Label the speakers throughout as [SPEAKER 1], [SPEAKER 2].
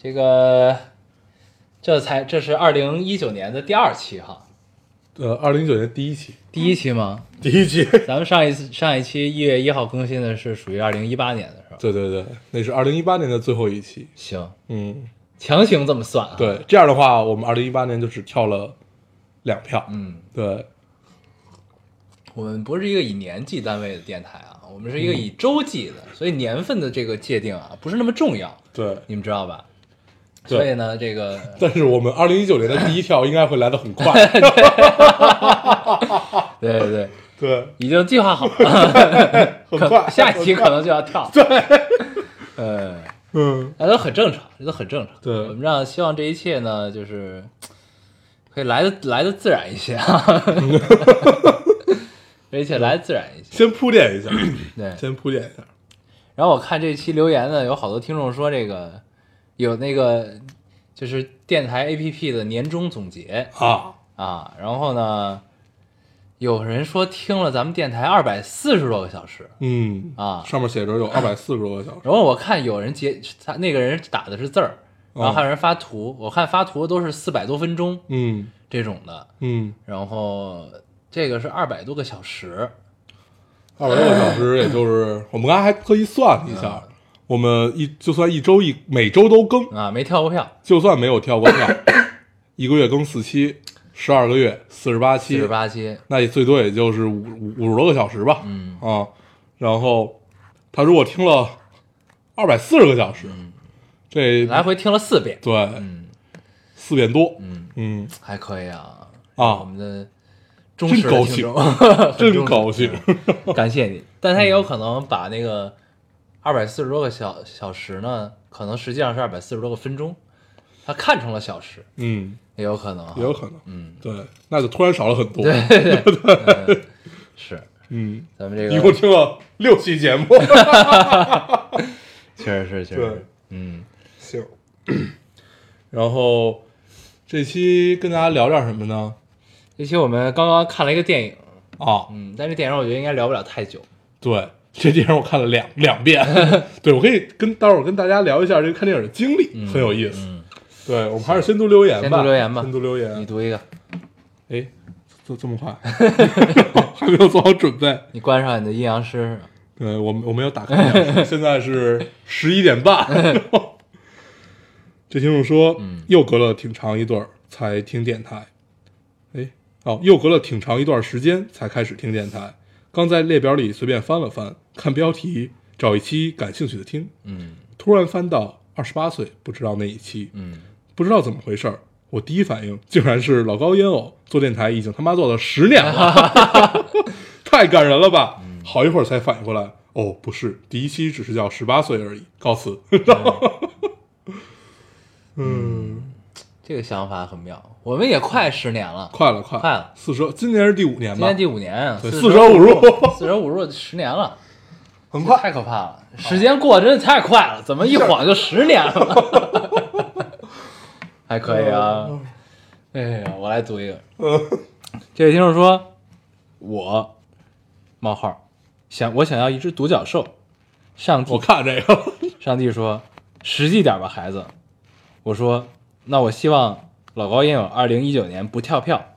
[SPEAKER 1] 这个，这才这是二零一九年的第二期哈，
[SPEAKER 2] 呃，二零一九年第一期，
[SPEAKER 1] 第一期吗？
[SPEAKER 2] 第一期，
[SPEAKER 1] 咱们上一次上一期一月一号更新的是属于二零一八年的是吧？
[SPEAKER 2] 对对对，那是二零一八年的最后一期。
[SPEAKER 1] 行，
[SPEAKER 2] 嗯，
[SPEAKER 1] 强行这么算啊？，
[SPEAKER 2] 对，这样的话，我们二零一八年就只跳了两票。
[SPEAKER 1] 嗯，
[SPEAKER 2] 对，
[SPEAKER 1] 我们不是一个以年计单位的电台啊，我们是一
[SPEAKER 2] 嗯
[SPEAKER 1] 个以周计的，所以年份的这个界定啊不是那么重要，
[SPEAKER 2] 对，
[SPEAKER 1] 你们知道吧？
[SPEAKER 2] 对
[SPEAKER 1] 所以呢，这个
[SPEAKER 2] 但是我们二零一九年的第一跳应该会来得 很快。
[SPEAKER 1] 对对对。
[SPEAKER 2] 对，
[SPEAKER 1] 已经计划好了，
[SPEAKER 2] 很
[SPEAKER 1] 可
[SPEAKER 2] 快
[SPEAKER 1] 下一期可能就要跳。对， 呃，
[SPEAKER 2] 嗯，
[SPEAKER 1] 那都很正常，这都很正常。
[SPEAKER 2] 对
[SPEAKER 1] 我们让希望这一切呢，就是可以来的来的自然一些 啊， 这一切来的自然一些。
[SPEAKER 2] 先铺垫一下，
[SPEAKER 1] 对，
[SPEAKER 2] 先铺垫一下。
[SPEAKER 1] 然后我看这期留言呢，有好多听众说这个有那个就是电台 APP 的年终总结
[SPEAKER 2] 啊，
[SPEAKER 1] 啊，然后呢，有人说听了咱们电台二百四十多个小时。
[SPEAKER 2] 嗯
[SPEAKER 1] 啊
[SPEAKER 2] 上面写着有二百四十多个小时。
[SPEAKER 1] 然后我看有人截他那个人打的是字儿，然后
[SPEAKER 2] 嗯
[SPEAKER 1] 还有人发图，我看发图都是四百多分钟
[SPEAKER 2] 嗯
[SPEAKER 1] 这种的，
[SPEAKER 2] 嗯，
[SPEAKER 1] 然后这个是二百多个小时，
[SPEAKER 2] 二百多个小时，也 就是我们刚才还特意算了一下，
[SPEAKER 1] 嗯
[SPEAKER 2] 我们一就算一周一每周都更，
[SPEAKER 1] 啊，没跳过票，
[SPEAKER 2] 就算没有跳过票， 一个月更四期，十二个月四十八
[SPEAKER 1] 四
[SPEAKER 2] 期，
[SPEAKER 1] 十八期，
[SPEAKER 2] 那也最多也就是五五五十多个小时吧。嗯啊，然后他如果听了二百四十个小时，这
[SPEAKER 1] 嗯来回听了四遍，
[SPEAKER 2] 对、
[SPEAKER 1] 嗯
[SPEAKER 2] 四遍多，
[SPEAKER 1] 嗯，
[SPEAKER 2] 嗯
[SPEAKER 1] 还可以啊，我
[SPEAKER 2] 啊，
[SPEAKER 1] 们的忠实的 听众，很嗯
[SPEAKER 2] 真
[SPEAKER 1] 忠实
[SPEAKER 2] 高兴，
[SPEAKER 1] 感谢你，但他也有可能把那个二百四十多个小小时呢，可能实际上是二百四十多个分钟，他看成了小时，
[SPEAKER 2] 嗯，
[SPEAKER 1] 也有可能哈，
[SPEAKER 2] 也有可能，
[SPEAKER 1] 嗯，
[SPEAKER 2] 对，那就突然少了很多，
[SPEAKER 1] 是。
[SPEAKER 2] 嗯，
[SPEAKER 1] 咱们这
[SPEAKER 2] 一共
[SPEAKER 1] 个
[SPEAKER 2] 听了六 期节目，
[SPEAKER 1] 确实是，确实
[SPEAKER 2] 对
[SPEAKER 1] 是，嗯，
[SPEAKER 2] 行， 然后这期跟大家聊点什么呢？
[SPEAKER 1] 这期我们刚刚看了一个电影，
[SPEAKER 2] 啊，
[SPEAKER 1] 嗯，但这电影我觉得应该聊不了太久，
[SPEAKER 2] 对，这电影我看了两两 遍。对，我可以跟待会儿我跟大家聊一下这个看电影的经历，很有意思。
[SPEAKER 1] 嗯
[SPEAKER 2] 对，我们还是先读留言
[SPEAKER 1] 先
[SPEAKER 2] 吧，
[SPEAKER 1] 读留言吧
[SPEAKER 2] 先读留
[SPEAKER 1] 你
[SPEAKER 2] 言。
[SPEAKER 1] 读一个，
[SPEAKER 2] 哎，这这么快， 还没有做好准备。
[SPEAKER 1] 你关上你的阴阳师，
[SPEAKER 2] 对，呃我们我没有打开电视，现在是十一点半。 这听众说，
[SPEAKER 1] 嗯
[SPEAKER 2] 又隔了挺长一段儿才听电台，哎，哦，又隔了挺长一段时间才开始听电台。刚在列表里随便翻了翻，看标题，找一期感兴趣的听，
[SPEAKER 1] 嗯
[SPEAKER 2] 突然翻到二十八岁，不知道那一期，
[SPEAKER 1] 嗯，
[SPEAKER 2] 不知道怎么回事儿，我第一反应竟然是老高烟偶做电台已经他妈做了十年了，太感人了吧！好一会儿才反应过来，哦，不是，第一期只是叫十八岁而已，告辞。
[SPEAKER 1] 这个想法很妙，我们也快十年了，
[SPEAKER 2] 快了，快
[SPEAKER 1] 快了
[SPEAKER 2] 四舍今年是第五年
[SPEAKER 1] 今
[SPEAKER 2] 吧
[SPEAKER 1] 年？第五年，啊
[SPEAKER 2] 对，
[SPEAKER 1] 四
[SPEAKER 2] 四舍五入，
[SPEAKER 1] 四舍五入十年了，
[SPEAKER 2] 很快。
[SPEAKER 1] 太可怕了，时间过得真的太快了，怎么一晃就十年了？ 还可以啊，哎呀，我来读一个。这位听众说：“我冒号想我想要一只独角兽。”上
[SPEAKER 2] 我
[SPEAKER 1] 帝，
[SPEAKER 2] 看这个，
[SPEAKER 1] 上帝说：“实际点吧，孩子。”我说：“那我希望老高烟友二零一九年不跳票。”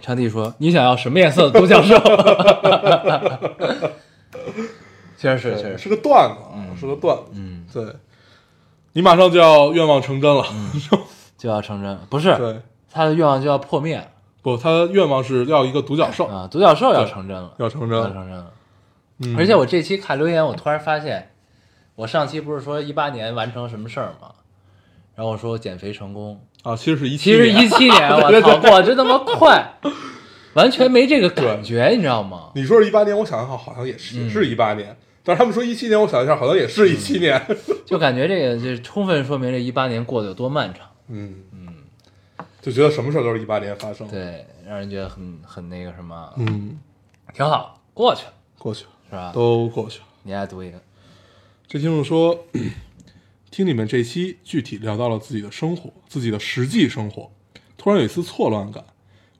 [SPEAKER 1] 上帝说：“你想要什么颜色的独角兽？” 确实是，确实是。
[SPEAKER 2] 是个段子，啊，是个段子。嗯，对，你马上就要愿望成真了。
[SPEAKER 1] 就要成真，不是
[SPEAKER 2] 对，
[SPEAKER 1] 他的愿望就要破灭了
[SPEAKER 2] 不，他的愿望是要一个独角兽，
[SPEAKER 1] 啊！独角兽要成真了，
[SPEAKER 2] 要成
[SPEAKER 1] 要
[SPEAKER 2] 真。
[SPEAKER 1] 成真了。
[SPEAKER 2] 嗯
[SPEAKER 1] 而且我这期看留言，我突然发现，我上期不是说一八年完成了什么事儿吗？然后我说我减肥成功，
[SPEAKER 2] 啊，其实是一七
[SPEAKER 1] 其实一七年我
[SPEAKER 2] 对
[SPEAKER 1] 操过
[SPEAKER 2] 对，
[SPEAKER 1] 得真他妈快，完全没这个感觉，你知道吗？
[SPEAKER 2] 嗯你说是一八年，我想想好像也是也是一八年，但是他们说一七年，我想一下，好像也是一七年。
[SPEAKER 1] 就感觉这个就充分说明这一八年过得有多漫长，
[SPEAKER 2] 嗯 嗯，就觉得什么事儿都是一八年发生。，
[SPEAKER 1] 对，让人觉得很很那个什么，
[SPEAKER 2] 嗯，
[SPEAKER 1] 挺好，过去了
[SPEAKER 2] 过去了，
[SPEAKER 1] 是吧？
[SPEAKER 2] 都过去了。
[SPEAKER 1] 你爱读一个，
[SPEAKER 2] 这听众说， 听你们这期具体聊到了自己的生活，自己的实际生活，突然有一丝错乱感。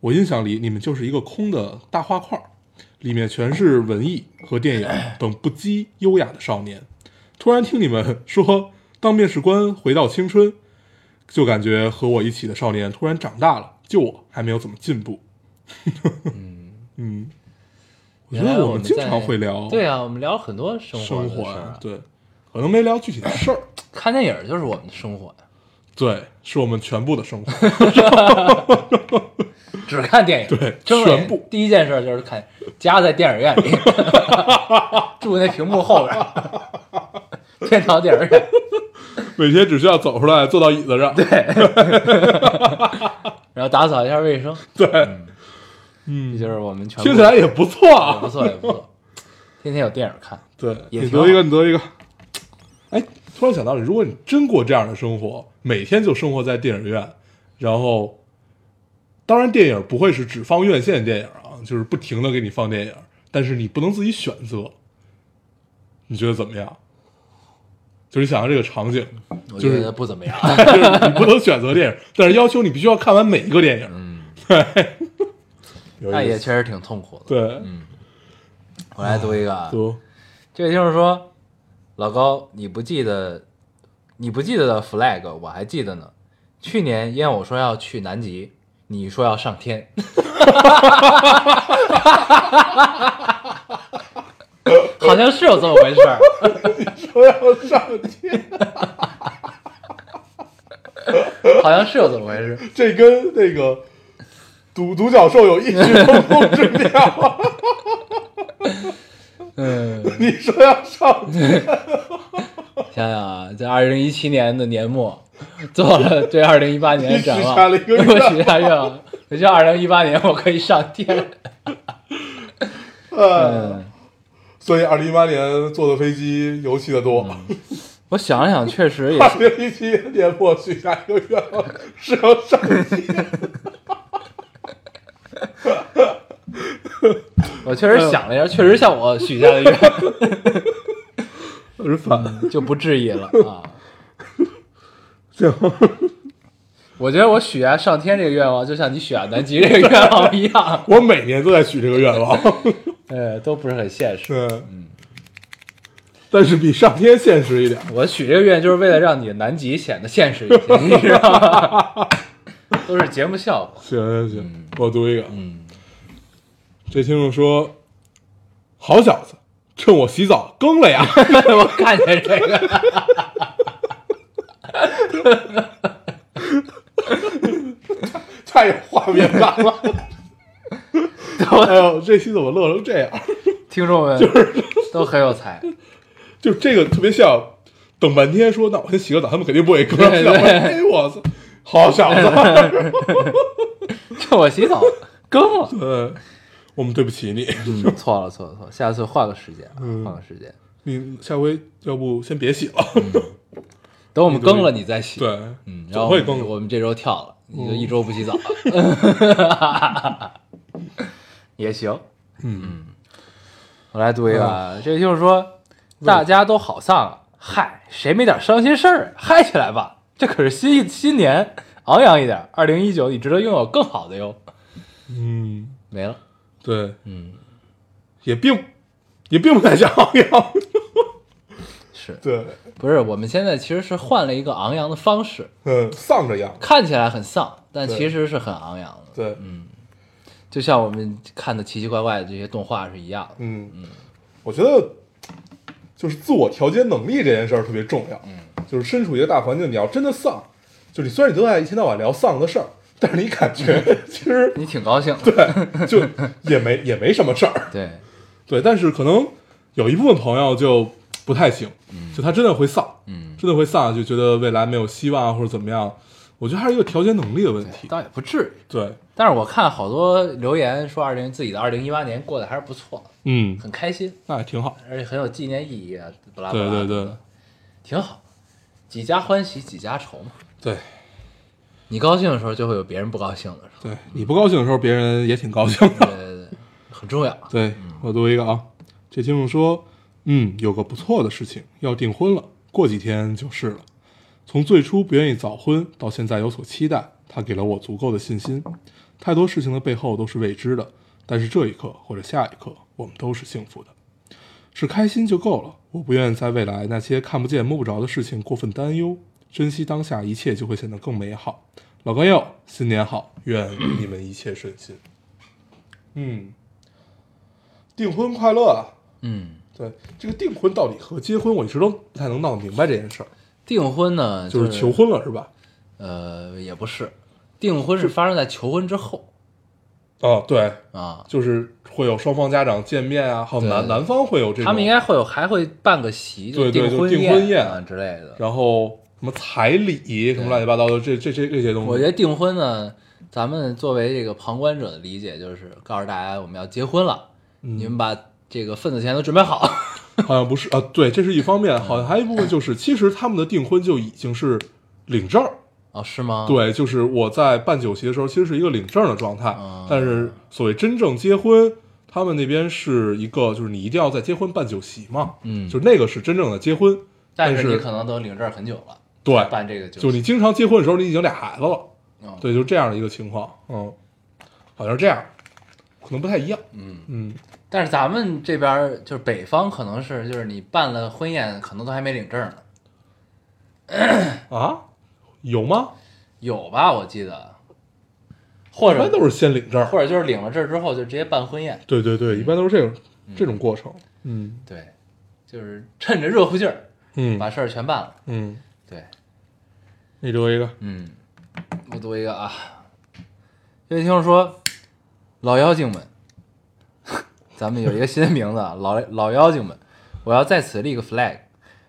[SPEAKER 2] 我印象里，你们就是一个空的大画块儿，里面全是文艺和电影等不羁优雅的少年。突然听你们说，当面试官回到青春，就感觉和我一起的少年突然长大了，就我还没有怎么进步。嗯嗯，我觉
[SPEAKER 1] 原来
[SPEAKER 2] 得我
[SPEAKER 1] 们
[SPEAKER 2] 们经
[SPEAKER 1] 在
[SPEAKER 2] 常会聊
[SPEAKER 1] 对啊，我们聊了很多生活的
[SPEAKER 2] 生活
[SPEAKER 1] 事儿
[SPEAKER 2] 呀
[SPEAKER 1] 啊，，
[SPEAKER 2] 对，可能没聊具体的 事儿。
[SPEAKER 1] 看电影就是我们的生活呀，
[SPEAKER 2] 对，是我们全部的生活。
[SPEAKER 1] 只看电影，
[SPEAKER 2] 对
[SPEAKER 1] 睁了眼
[SPEAKER 2] 全部
[SPEAKER 1] 第一件事就是看，家在电影院里， 住那屏幕后边儿，天堂电影院，
[SPEAKER 2] 每天只需要走出来，坐到椅子上。对
[SPEAKER 1] 然后打扫一下卫生，嗯
[SPEAKER 2] 对，
[SPEAKER 1] 这
[SPEAKER 2] 嗯，
[SPEAKER 1] 就是我们全部
[SPEAKER 2] 听起来也不错
[SPEAKER 1] 也
[SPEAKER 2] 啊。
[SPEAKER 1] 不错也不错，天天有电影看，
[SPEAKER 2] 对，
[SPEAKER 1] 也
[SPEAKER 2] 你
[SPEAKER 1] 挺好
[SPEAKER 2] 得一个，你得一个。哎，突然想到，如果你真过这样的生活，每天就生活在电影院，然后，当然电影不会是只放院线电影啊，就是不停的给你放电影，但是你不能自己选择。你觉得怎么样？就是你想象这个场景，
[SPEAKER 1] 我
[SPEAKER 2] 就
[SPEAKER 1] 觉
[SPEAKER 2] 是
[SPEAKER 1] 得不怎么样，
[SPEAKER 2] 就是你不能选择电影，但是要求你必须要看完每一个电影。嗯，对，
[SPEAKER 1] 但
[SPEAKER 2] 有
[SPEAKER 1] 也
[SPEAKER 2] 意思。
[SPEAKER 1] 确实挺痛苦的。
[SPEAKER 2] 对，
[SPEAKER 1] 我来读一个啊，
[SPEAKER 2] 读
[SPEAKER 1] 这位听众说：“老高，你不记得，你不记得的 flag 我还记得呢。去年烟我说要去南极，你说要上天， 好像是有这么回事儿。
[SPEAKER 2] 我要上天，
[SPEAKER 1] 好像是有这么回事。
[SPEAKER 2] 这跟那个独独角兽有异曲同工之妙。
[SPEAKER 1] 嗯，
[SPEAKER 2] 你说要上天，
[SPEAKER 1] 想想啊，在二零一七年的年末，做了对二零一八年的展望，
[SPEAKER 2] 你许 下了一个愿望
[SPEAKER 1] 我许下愿望，我希望二零一八年我可以上天。
[SPEAKER 2] 呃，
[SPEAKER 1] 嗯。”
[SPEAKER 2] 所以二零一八年坐的飞机尤其的多。
[SPEAKER 1] 我想想，确实也是
[SPEAKER 2] 二零一七年末许下一个愿望是要上天，
[SPEAKER 1] 我确实想了一下，确实像我许下的愿，
[SPEAKER 2] 我是反
[SPEAKER 1] 就不质疑了啊。
[SPEAKER 2] 行，
[SPEAKER 1] 我觉得我许下上天这个愿望，就像你许下南极这个愿望一 样，
[SPEAKER 2] 我每年都在许这个愿望。
[SPEAKER 1] 呃，都不是很现实。
[SPEAKER 2] 对，嗯，但是比上天现实一点。
[SPEAKER 1] 我许这个愿就是为了让你南极显得现实一些，你知道吗？都是节目效果。
[SPEAKER 2] 行行行，我读一个。嗯，这听众说：“好小子，趁我洗澡更了呀！”
[SPEAKER 1] 我看见这个，
[SPEAKER 2] 太有画面感了。哎呦，这期怎么乐成这样？
[SPEAKER 1] 听众们都很有才，
[SPEAKER 2] 就这个特别像，等半天说：“那我先洗个澡，他们肯定不会更。”
[SPEAKER 1] 对
[SPEAKER 2] 然
[SPEAKER 1] 对
[SPEAKER 2] 后哎，我操，好小 子！
[SPEAKER 1] 趁我洗澡更了。
[SPEAKER 2] 嗯，我们对不起你，
[SPEAKER 1] 嗯，错了错了错了，下次换个时间啊，换个时间，
[SPEAKER 2] 你下回要不先别洗了。
[SPEAKER 1] 等我们更了你再洗。
[SPEAKER 2] 对，
[SPEAKER 1] 嗯，然
[SPEAKER 2] 总
[SPEAKER 1] 后
[SPEAKER 2] 会更
[SPEAKER 1] 我们这周跳了，你就一周不洗澡， 也行。
[SPEAKER 2] 嗯，
[SPEAKER 1] 我来读一个，啊，这就是说大家都好丧啊，嗨，谁没点伤心事儿啊？嗨起来吧，这可是新新年，昂扬一点。二零一九，你值得拥有更好的哟。
[SPEAKER 2] 嗯，
[SPEAKER 1] 没了，
[SPEAKER 2] 对，
[SPEAKER 1] 嗯，
[SPEAKER 2] 也并也并不太像昂扬。
[SPEAKER 1] 是
[SPEAKER 2] 对，
[SPEAKER 1] 不是？我们现在其实是换了一个昂扬的方式，
[SPEAKER 2] 嗯，丧着样。
[SPEAKER 1] 看起来很丧，但
[SPEAKER 2] 对
[SPEAKER 1] 其实是很昂扬的，
[SPEAKER 2] 对，
[SPEAKER 1] 就像我们看的奇奇怪怪的这些动画是一样的。
[SPEAKER 2] 嗯，我觉得就是自我调节能力这件事儿特别重要。嗯，就是身处一个大环境，你要真的丧，就你虽然你都在一天到晚聊丧的事儿，但是你感觉 其实
[SPEAKER 1] 你挺高兴的，
[SPEAKER 2] 对，就也没也没什么事儿。
[SPEAKER 1] 对，
[SPEAKER 2] 对，但是可能有一部分朋友就不太行，就他真的会丧，嗯，真的会丧，就觉得未来没有希望啊或者怎么样。我觉得还是一个调节能力的问
[SPEAKER 1] 嗯
[SPEAKER 2] 题。
[SPEAKER 1] 倒也不至于。
[SPEAKER 2] 对，
[SPEAKER 1] 但是我看好多留言说，二零自己的二零一八年过得还是不错，
[SPEAKER 2] 嗯，
[SPEAKER 1] 很开心，
[SPEAKER 2] 那也挺好。
[SPEAKER 1] 而且很有纪念意义啊，巴拉巴
[SPEAKER 2] 对
[SPEAKER 1] 拉，
[SPEAKER 2] 对对
[SPEAKER 1] 挺好。几家欢喜几家愁嘛，
[SPEAKER 2] 对
[SPEAKER 1] 你高兴的时候就会有别人不高兴的时
[SPEAKER 2] 对，你不高兴的时候，别人也挺高兴
[SPEAKER 1] 候，
[SPEAKER 2] 的。
[SPEAKER 1] 对对对，很重要。
[SPEAKER 2] 对我读一个啊，这听众说，嗯，有个不错的事情，要订婚了，过几天就是了。从最初不愿意早婚，到现在有所期待，他给了我足够的信心。太多事情的背后都是未知的，但是这一刻或者下一刻，我们都是幸福的，是开心就够了。我不愿在未来那些看不见摸不着的事情过分担忧，珍惜当下，一切就会显得更美好。老高友，新年好，愿你们一切顺心。嗯，订婚快乐啊！
[SPEAKER 1] 嗯，
[SPEAKER 2] 对，这个订婚到底和结婚，我一直都不太能闹明白这件事儿，
[SPEAKER 1] 订婚呢，
[SPEAKER 2] 就是是求，婚了是吧？
[SPEAKER 1] 呃，也不是，订婚是发生在求婚之后
[SPEAKER 2] 啊，对，
[SPEAKER 1] 啊。
[SPEAKER 2] 就是会有双方家长见面啊，好
[SPEAKER 1] 对
[SPEAKER 2] 男男方会有这种，
[SPEAKER 1] 他们应该会有，还会办个席，就
[SPEAKER 2] 对对就
[SPEAKER 1] 婚
[SPEAKER 2] 订婚宴
[SPEAKER 1] 啊之类的。
[SPEAKER 2] 然后什么彩礼什么乱七八糟的，这这这这些东西，
[SPEAKER 1] 我觉得订婚呢，咱们作为这个旁观者的理解，就是告诉大家我们要结婚了，
[SPEAKER 2] 嗯
[SPEAKER 1] 你们把这个份子钱都准备好。
[SPEAKER 2] 好像不是啊，对，这是一方面，好像还有一部
[SPEAKER 1] 嗯
[SPEAKER 2] 分就是，其实他们的订婚就已经是领证儿，
[SPEAKER 1] 哦，是吗？，
[SPEAKER 2] 对，就是我在办酒席的时候，其实是一个领证的状态
[SPEAKER 1] 啊，
[SPEAKER 2] 但是所谓真正结婚，他们那边是一个，就是你一定要在结婚办酒席嘛，
[SPEAKER 1] 嗯
[SPEAKER 2] 就那个是真正的结婚，
[SPEAKER 1] 但
[SPEAKER 2] 是
[SPEAKER 1] 是你可能都领证很久了，
[SPEAKER 2] 对，
[SPEAKER 1] 办这个
[SPEAKER 2] 就你经常结婚的时候，你已经俩孩子了，
[SPEAKER 1] 哦
[SPEAKER 2] 对，就这样的一个情况，嗯，好像是这样，可能不太一样，嗯嗯，
[SPEAKER 1] 但是咱们这边儿就是北方，可能是就是你办了婚宴，可能都还没领证呢，嗯
[SPEAKER 2] 啊，有吗？
[SPEAKER 1] 有吧？我记得，或
[SPEAKER 2] 一般
[SPEAKER 1] 者
[SPEAKER 2] 都是先领证儿，
[SPEAKER 1] 或者嗯就是领了证之后就直接办婚宴，
[SPEAKER 2] 对对对，一般都是这种这种过程，嗯
[SPEAKER 1] 对，就是趁着热乎劲儿
[SPEAKER 2] 嗯
[SPEAKER 1] 把事儿全办了，
[SPEAKER 2] 嗯，
[SPEAKER 1] 对，
[SPEAKER 2] 你留一个，
[SPEAKER 1] 嗯，我读一个啊，这位听众说，老妖精们，咱们有一个新的名字，啊，老老妖精们，我要在此立个 flag，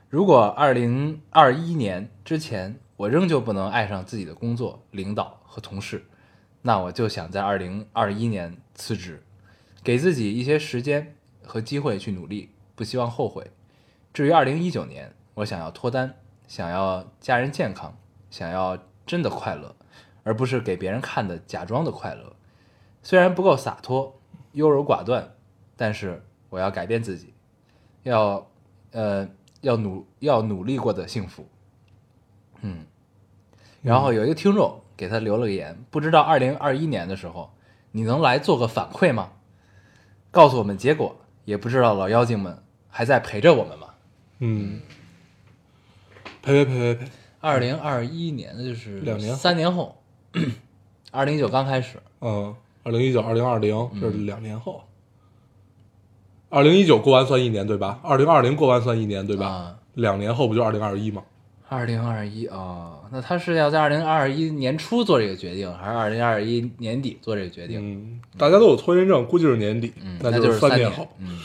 [SPEAKER 1] 如果二零二一年之前我仍旧不能爱上自己的工作、领导和同事，那我就想在二零二一年辞职，给自己一些时间和机会去努力，不希望后悔。至于二零一九年，我想要脱单，想要家人健康，想要真的快乐，而不是给别人看的假装的快乐。虽然不够洒脱、优柔寡断，但是我要改变自己，要呃要努要努力过的幸福。嗯，然后有一个听众给他留了个言，不知道二零二一年的时候你能来做个反馈吗？告诉我们结果，也不知道老妖精们还在陪着我们吗？
[SPEAKER 2] 嗯，呸呸呸呸呸，
[SPEAKER 1] 二零二一年的就是
[SPEAKER 2] 两年后
[SPEAKER 1] 三年 后，二零一九刚开始，
[SPEAKER 2] 嗯，二零一九、二零二零，
[SPEAKER 1] 嗯
[SPEAKER 2] 这是两年后。二零一九过完算一年对吧？二零二零过完算一年对吧？
[SPEAKER 1] 啊
[SPEAKER 2] 两年后不就二零二一吗？
[SPEAKER 1] 二零二一啊，那他是要在二零二一年初做这个决定，还是二零二一年底做这个决定？
[SPEAKER 2] 嗯，大家都有拖延症，估计是年底，
[SPEAKER 1] 嗯，
[SPEAKER 2] 那
[SPEAKER 1] 就是是
[SPEAKER 2] 三
[SPEAKER 1] 年
[SPEAKER 2] 后。
[SPEAKER 1] 嗯，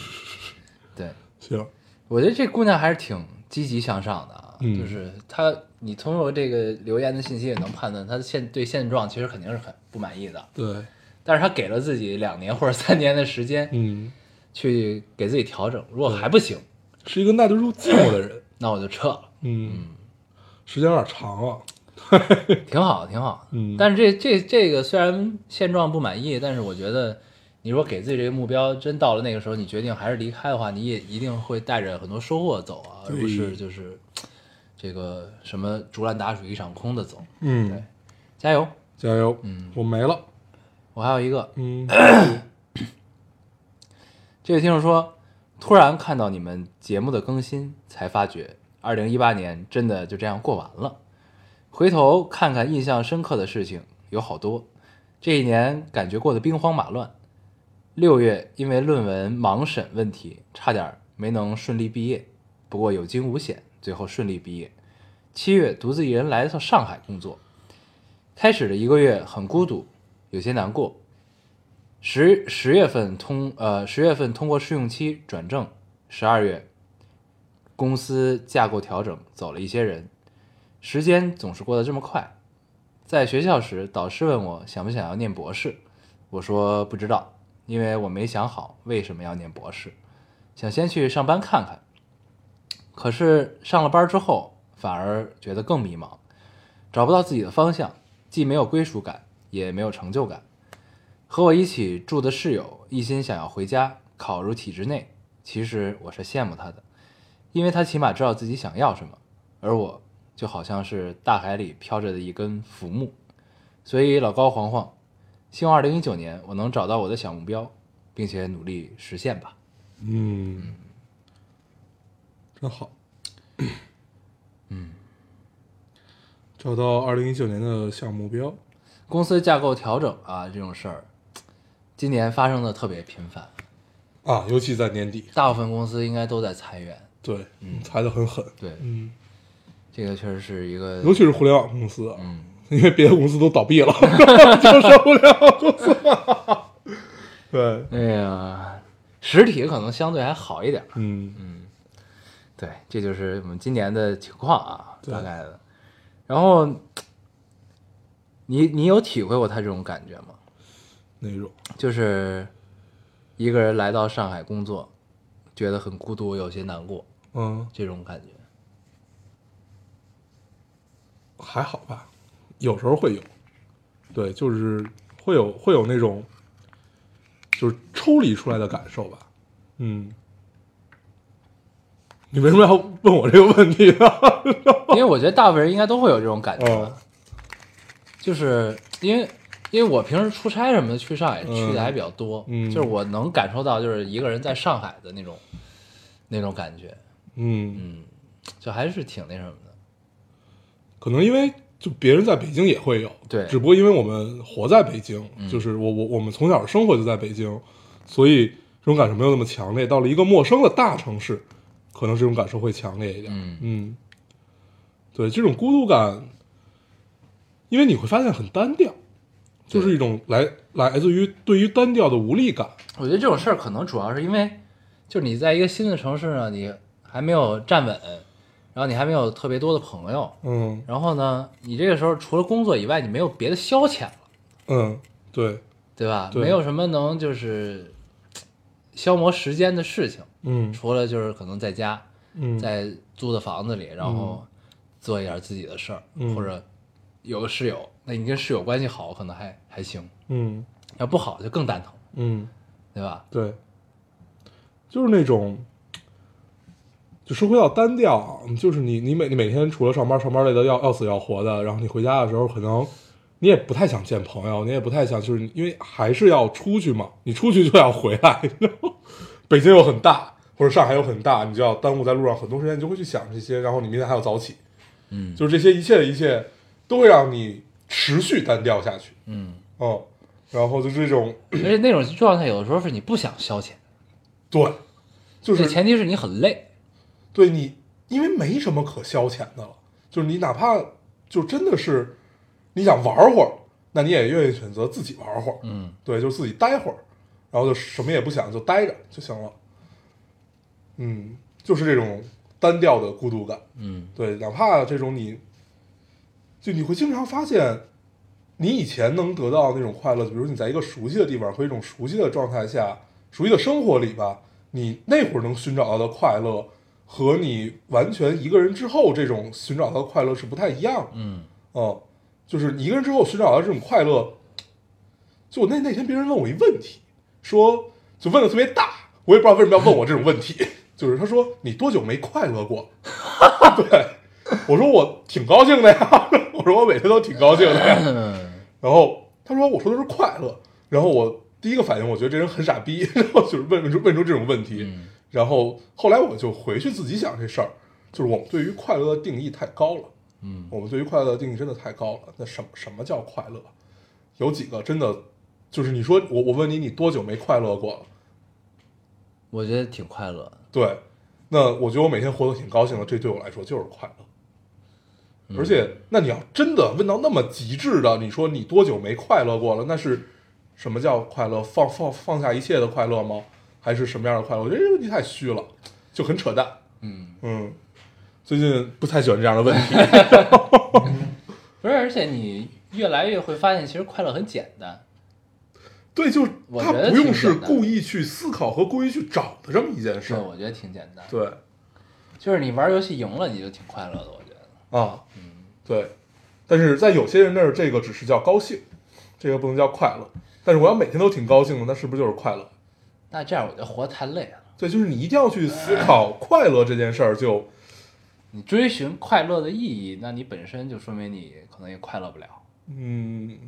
[SPEAKER 1] 对，
[SPEAKER 2] 行，
[SPEAKER 1] 我觉得这姑娘还是挺积极向上的啊，
[SPEAKER 2] 嗯
[SPEAKER 1] 就是她，你通过这个留言的信息也能判断她现对现状其实肯定是很不满意的，
[SPEAKER 2] 对，
[SPEAKER 1] 但是她给了自己两年或者三年的时间
[SPEAKER 2] 嗯，
[SPEAKER 1] 去给自己调整，如果还不行，
[SPEAKER 2] 是一个耐得住寂寞的人。
[SPEAKER 1] 那我就撤了。
[SPEAKER 2] 嗯，时间有点长了。
[SPEAKER 1] 挺好，挺好。
[SPEAKER 2] 嗯
[SPEAKER 1] 但是这这这个虽然现状不满意，但是我觉得，你如果给自己这个目标，真到了那个时候，你决定还是离开的话，你也一定会带着很多收获走啊，而
[SPEAKER 2] 对
[SPEAKER 1] 不是就是这个什么竹篮打水一场空的走。
[SPEAKER 2] 嗯，
[SPEAKER 1] 加油！
[SPEAKER 2] 加油。嗯，我没了。
[SPEAKER 1] 我还有一个，
[SPEAKER 2] 嗯，
[SPEAKER 1] 这位听众说，突然看到你们节目的更新，才发觉二零一八年真的就这样过完了。回头看看印象深刻的事情有好多，这一年感觉过得兵荒马乱。六月因为论文盲审问题，差点没能顺利毕业，不过有惊无险，最后顺利毕业。七月独自一人来到上海工作，开始的一个月很孤独，有些难过，十十月份通呃十月份通过试用期转正，十二月公司架构调整走了一些人，时间总是过得这么快。在学校时，导师问我想不想要念博士，我说不知道，因为我没想好为什么要念博士，想先去上班看看。可是上了班之后，反而觉得更迷茫，找不到自己的方向，既没有归属感，也没有成就感。和我一起住的室友一心想要回家考入体制内，其实我是羡慕他的，因为他起码知道自己想要什么，而我就好像是大海里飘着的一根浮木。所以老高黄黄，希望二零一九年我能找到我的小目标，并且努力实现吧。
[SPEAKER 2] 嗯，真好。嗯，找到二零一九年的项目目标，
[SPEAKER 1] 公司架构调整啊，这种事儿，今年发生的特别频繁，
[SPEAKER 2] 啊，尤其在年底，
[SPEAKER 1] 大部分公司应该都在裁员。
[SPEAKER 2] 对，嗯，裁的很狠，
[SPEAKER 1] 对，
[SPEAKER 2] 嗯，
[SPEAKER 1] 这个确实是一个
[SPEAKER 2] 尤其是互联网公司啊，因为别的公司都倒闭了，就剩互联网公司了。对，
[SPEAKER 1] 哎呀，实体可能相对还好一点儿。
[SPEAKER 2] 嗯，
[SPEAKER 1] 对，这就是我们今年的情况啊，
[SPEAKER 2] 对
[SPEAKER 1] 大概的。然后，你你有体会过他这种感觉吗？
[SPEAKER 2] 那种，
[SPEAKER 1] 就是一个人来到上海工作，觉得很孤独，有些难过，
[SPEAKER 2] 嗯，
[SPEAKER 1] 这种感觉。
[SPEAKER 2] 还好吧，有时候会有，对，就是会有会有那种，就是抽离出来的感受吧，嗯。你为什么要问我这个问题啊呢？
[SPEAKER 1] 因为我觉得大部分人应该都会有这种感觉吧，
[SPEAKER 2] 嗯
[SPEAKER 1] 就是因为因为我平时出差什么的去上海去的还比较多，
[SPEAKER 2] 嗯
[SPEAKER 1] 就是我能感受到就是一个人在上海的那种那种感觉，
[SPEAKER 2] 嗯，
[SPEAKER 1] 嗯，就还是挺那什么的，
[SPEAKER 2] 可能因为就别人在北京也会有，
[SPEAKER 1] 对嗯
[SPEAKER 2] 只不过因为我们活在北京，就是我我我们从小生活就在北京，所以这种感受没有那么强烈。到了一个陌生的大城市，可能这种感受会强烈一点。
[SPEAKER 1] 嗯
[SPEAKER 2] 嗯，对，这种孤独感，因为你会发现很单调，
[SPEAKER 1] 对
[SPEAKER 2] 就是一种来来自于对于单调的无力感。
[SPEAKER 1] 我觉得这种事儿可能主要是因为就是你在一个新的城市呢，你还没有站稳，然后你还没有特别多的朋友，
[SPEAKER 2] 嗯
[SPEAKER 1] 然后呢，你这个时候除了工作以外，你没有别的消遣了。
[SPEAKER 2] 嗯，对，
[SPEAKER 1] 对吧？
[SPEAKER 2] 对
[SPEAKER 1] 没有什么能就是消磨时间的事情，
[SPEAKER 2] 嗯
[SPEAKER 1] 除了就是可能在家，
[SPEAKER 2] 嗯，
[SPEAKER 1] 在租的房子里，然后做一点自己的事儿，
[SPEAKER 2] 嗯
[SPEAKER 1] 或者有个室友，那你跟室友关系好，可能还还行，
[SPEAKER 2] 嗯
[SPEAKER 1] 要不好就更蛋疼，
[SPEAKER 2] 嗯。
[SPEAKER 1] 对吧？
[SPEAKER 2] 对，就是那种，就说回到单调啊，就是你你每你每天除了上班，上班累得要要死要活的，然后你回家的时候，可能你也不太想见朋友，你也不太想，就是因为还是要出去嘛，你出去就要回来， 然后北京又很大，或者上海又很大，你就要耽误在路上很多时间，你就会去想这些，然后你明天还要早起，
[SPEAKER 1] 嗯
[SPEAKER 2] 就是这些一切的一切都会让你持续单调下去，
[SPEAKER 1] 嗯，
[SPEAKER 2] 嗯，然后就是这种
[SPEAKER 1] 而且那种状态有的时候是你不想消遣，
[SPEAKER 2] 对，就
[SPEAKER 1] 这
[SPEAKER 2] 是
[SPEAKER 1] 前提是你很累，
[SPEAKER 2] 对你，因为没什么可消遣的了，就是你哪怕就真的是你想玩会儿，那你也愿意选择自己玩会儿，
[SPEAKER 1] 嗯，
[SPEAKER 2] 对，就自己待会儿，然后就什么也不想，就待着就行了。嗯，就是这种单调的孤独感，
[SPEAKER 1] 嗯
[SPEAKER 2] 对，哪怕这种你，就你会经常发现，你以前能得到那种快乐，比如你在一个熟悉的地方和一种熟悉的状态下、熟悉的生活里吧，你那会儿能寻找到的快乐，和你完全一个人之后这种寻找到的快乐是不太一样的。
[SPEAKER 1] 嗯
[SPEAKER 2] 嗯，就是你一个人之后寻找到这种快乐，就我那那天别人问我一问题，说就问的特别大，我也不知道为什么要问我这种问题，就是他说你多久没快乐过？ 对，我说我挺高兴的呀，我说我每天都挺高兴的呀。
[SPEAKER 1] 嗯
[SPEAKER 2] 然后他说我说的是快乐，然后我第一个反应我觉得这人很傻逼，然后就是问出问出这种问题，
[SPEAKER 1] 嗯
[SPEAKER 2] 然后后来我就回去自己想这事儿，就是我们对于快乐的定义太高了。
[SPEAKER 1] 嗯
[SPEAKER 2] 我们对于快乐的定义真的太高了。那什么什么叫快乐？有几个真的就是你说我我问你，你多久没快乐过了？
[SPEAKER 1] 我觉得挺快乐的，
[SPEAKER 2] 对，那我觉得我每天活得挺高兴的，这对我来说就是快乐。
[SPEAKER 1] 嗯
[SPEAKER 2] 而且，那你要真的问到那么极致的，你说你多久没快乐过了？那是什么叫快乐？放放放下一切的快乐吗？还是什么样的快乐？我觉得这个问题太虚了，就很扯淡。
[SPEAKER 1] 嗯，
[SPEAKER 2] 嗯，最近不太喜欢这样的问 题。
[SPEAKER 1] 不是，而且你越来越会发现，其实快乐很简单，
[SPEAKER 2] 对，就是
[SPEAKER 1] 我
[SPEAKER 2] 他
[SPEAKER 1] 觉得
[SPEAKER 2] 不
[SPEAKER 1] 挺
[SPEAKER 2] 用是
[SPEAKER 1] 简单嗯
[SPEAKER 2] 故意去思考和故意去找的这么一件事
[SPEAKER 1] 对，
[SPEAKER 2] 儿。
[SPEAKER 1] 我觉得挺简单，
[SPEAKER 2] 对
[SPEAKER 1] 就是你玩游戏赢了，你就挺快乐的，我觉得。
[SPEAKER 2] 啊，对，但是在有些人那儿，这个只是叫高兴，这个不能叫快乐。但是我要每天都挺高兴的，那是不是就是快乐？
[SPEAKER 1] 那这样我就活得太累了。
[SPEAKER 2] 对，就是你一定要去思考快乐这件事儿，就
[SPEAKER 1] 你追寻快乐的意义，那你本身就说明你可能也快乐不了。
[SPEAKER 2] 嗯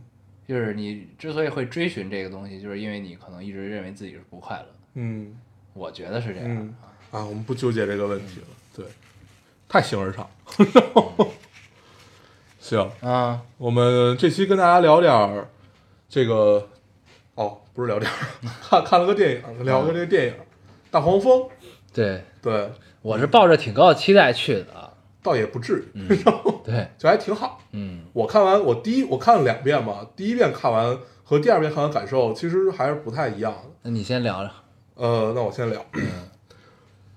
[SPEAKER 1] 就是你之所以会追寻这个东西，就是因为你可能一直认为自己是不快乐的。
[SPEAKER 2] 嗯
[SPEAKER 1] 我觉得是这样。
[SPEAKER 2] 嗯啊，我们不纠结这个问题了。对，太形而上。行，
[SPEAKER 1] 啊，
[SPEAKER 2] 我们这期跟大家聊点儿这个，哦，不是聊点儿， 看看了个电影，聊个这个电影《大黄蜂》，
[SPEAKER 1] 对，
[SPEAKER 2] 对，
[SPEAKER 1] 我是抱着挺高的期待去的啊。
[SPEAKER 2] 倒也不至于，
[SPEAKER 1] 对，
[SPEAKER 2] 就还挺好。
[SPEAKER 1] 嗯，
[SPEAKER 2] 我看完，我第一我看了两遍嘛，第一遍看完和第二遍看完感受其实还是不太一样的。
[SPEAKER 1] 那你先聊聊。
[SPEAKER 2] 呃，那我先聊。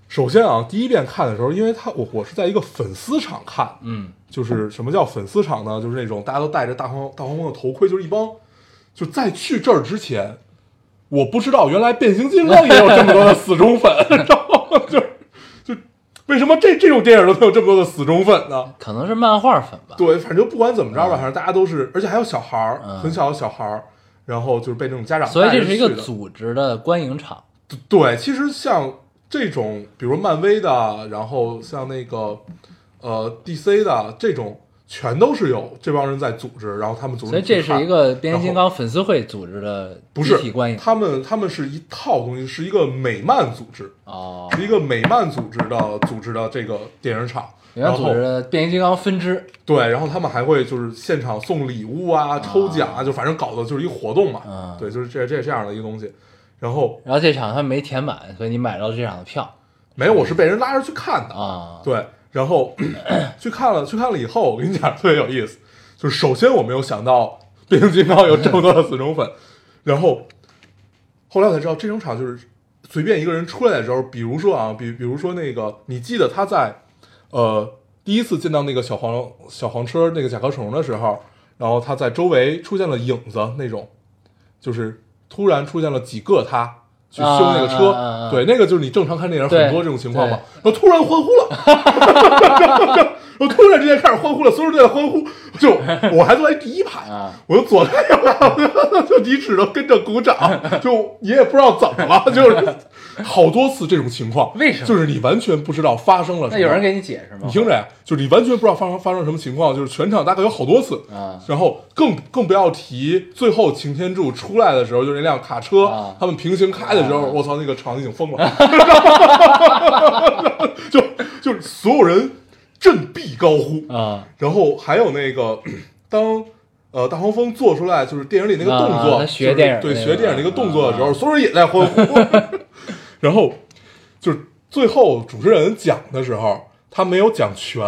[SPEAKER 2] 首先啊，第一遍看的时候，因为他我我是在一个粉丝场看的，
[SPEAKER 1] 嗯
[SPEAKER 2] 就是什么叫粉丝场呢？就是那种大家都戴着大黄大黄蜂的头盔，就是一帮，就在去这儿之前，我不知道原来变形金刚也有这么多的死忠粉， 然后就就为什么这这种电影都能有这么多的死忠粉呢？
[SPEAKER 1] 可能是漫画粉吧。
[SPEAKER 2] 对，反正不管怎么着吧，反正大家都是，而且还有小孩儿，
[SPEAKER 1] 嗯
[SPEAKER 2] 很小的小孩儿，然后就是被这种家长
[SPEAKER 1] 所以
[SPEAKER 2] 带
[SPEAKER 1] 这
[SPEAKER 2] 着
[SPEAKER 1] 是一个
[SPEAKER 2] 去的
[SPEAKER 1] 组织的观影场。
[SPEAKER 2] 对，其实像这种，比如漫威的，然后像那个呃 DC 的这种，全都是有这帮人在组织，然后他们组织
[SPEAKER 1] 所以
[SPEAKER 2] 去
[SPEAKER 1] 这是
[SPEAKER 2] 看
[SPEAKER 1] 一个变形金
[SPEAKER 2] 然后
[SPEAKER 1] 刚粉丝会组织的
[SPEAKER 2] 不
[SPEAKER 1] 集
[SPEAKER 2] 是
[SPEAKER 1] 体观影
[SPEAKER 2] 他们他们是一套东西，是一个美漫组织，
[SPEAKER 1] 哦，
[SPEAKER 2] 是一个美漫组织的组织的这个电影场，
[SPEAKER 1] 原来
[SPEAKER 2] 然
[SPEAKER 1] 组
[SPEAKER 2] 后
[SPEAKER 1] 织的变形金刚分支。
[SPEAKER 2] 对，然后他们还会就是现场送礼物啊、嗯抽奖啊，就反正搞的就是一活动嘛，
[SPEAKER 1] 啊
[SPEAKER 2] 对，就是这这这样的一个东西，然后
[SPEAKER 1] 然后这场他没填满，所以你买到这场的票
[SPEAKER 2] 没有，我是被人拉着去看的
[SPEAKER 1] 啊。
[SPEAKER 2] 对，然后去看了，去看了以后，我跟你讲特别有意思，就是首先我没有想到变形金刚有这么多的死忠粉，然后后来我才知道这种场就是随便一个人出来的时候，比如说啊，比比如说那个，你记得他在呃第一次见到那个小黄小黄车那个甲壳虫的时候，然后他在周围出现了影子那种，就是突然出现了几个他。去修那个车，
[SPEAKER 1] 啊啊啊啊
[SPEAKER 2] 对，那个就是你正常看电影很
[SPEAKER 1] 对
[SPEAKER 2] 多这种情况嘛，然后突然欢呼了，我突然之间开始欢呼了，所有人都在欢呼，就我还坐在第一排，
[SPEAKER 1] 啊
[SPEAKER 2] 我就左看右看， 我就你只能跟着鼓掌，就你也不知道怎么了，就是好多次这种情况，
[SPEAKER 1] 为什么
[SPEAKER 2] 就是你完全不知道发生了
[SPEAKER 1] 那
[SPEAKER 2] 什么。
[SPEAKER 1] 有人给你解释吗？
[SPEAKER 2] 你听着呀，就是你完全不知道发生发生什么情况，就是全场大概有好多次，
[SPEAKER 1] 啊
[SPEAKER 2] 然后更更不要提最后擎天柱出来的时候，就是那辆卡车，
[SPEAKER 1] 啊
[SPEAKER 2] 他们平行开的时候，我操，那个场已经疯了， 就就是所有人振臂高呼，
[SPEAKER 1] 啊，
[SPEAKER 2] 然后还有那个 当。呃，大黄蜂做出来就是电影里那个
[SPEAKER 1] 啊
[SPEAKER 2] 动作，
[SPEAKER 1] 他学
[SPEAKER 2] 就是
[SPEAKER 1] 电影
[SPEAKER 2] 对
[SPEAKER 1] 那
[SPEAKER 2] 学
[SPEAKER 1] 个
[SPEAKER 2] 电影那个动作的时候，
[SPEAKER 1] 啊
[SPEAKER 2] 所有人也在欢呼。 然后就是最后主持人讲的时候，他没有讲全，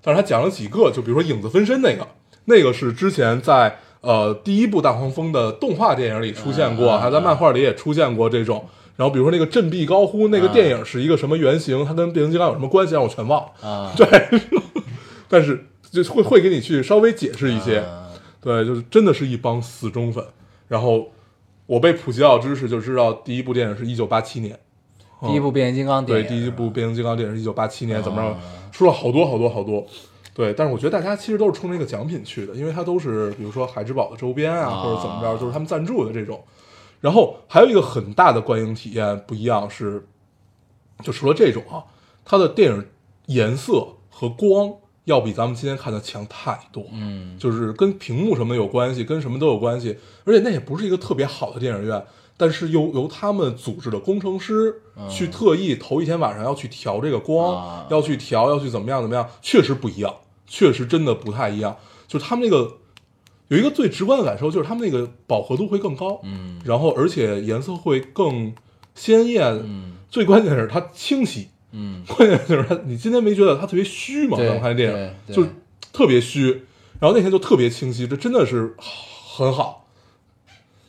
[SPEAKER 2] 但是他讲了几个，就比如说影子分身那个，那个是之前在呃第一部大黄蜂的动画电影里出现
[SPEAKER 1] 啊
[SPEAKER 2] 过，还在漫画里也出现过这种。然后比如说那个振臂高呼
[SPEAKER 1] 啊
[SPEAKER 2] 那个电影是一个什么原型，它跟变形金刚有什么关系，让我全忘了。
[SPEAKER 1] 啊
[SPEAKER 2] 对，但是就会会给你去稍微解释一些，对，就是真的是一帮死忠粉。然后我被普及到知识就知道，第一部电影是一九八七年，
[SPEAKER 1] 第一部变形金刚电
[SPEAKER 2] 对，
[SPEAKER 1] 影，啊
[SPEAKER 2] 第一部变形金刚电影是一九八七年，怎么着，说了好多好多好多。对，但是我觉得大家其实都是冲那个奖品去的，因为它都是比如说海之宝的周边啊，
[SPEAKER 1] 啊
[SPEAKER 2] 或者怎么着，就是他们赞助的这种。然后还有一个很大的观影体验不一样是，就除了这种啊，它的电影颜色和光要比咱们今天看的强太多。
[SPEAKER 1] 嗯，
[SPEAKER 2] 就是跟屏幕什么有关系，跟什么都有关系。而且那也不是一个特别好的电影院，但是由由他们组织的工程师去特意头一天晚上要去调这个光，
[SPEAKER 1] 嗯啊
[SPEAKER 2] 要去调，要去怎么样怎么样，确实不一样，确实真的不太一样。就是他们那个有一个最直观的感受，就是他们那个饱和度会更高，
[SPEAKER 1] 嗯，
[SPEAKER 2] 然后而且颜色会更鲜艳，
[SPEAKER 1] 嗯
[SPEAKER 2] 最关键是它清晰，
[SPEAKER 1] 嗯，
[SPEAKER 2] 关键就是它，你今天没觉得它特别虚吗？
[SPEAKER 1] 对
[SPEAKER 2] 咱们看电影
[SPEAKER 1] 对
[SPEAKER 2] 就
[SPEAKER 1] 对
[SPEAKER 2] 特别虚，然后那天就特别清晰，这真的是很好。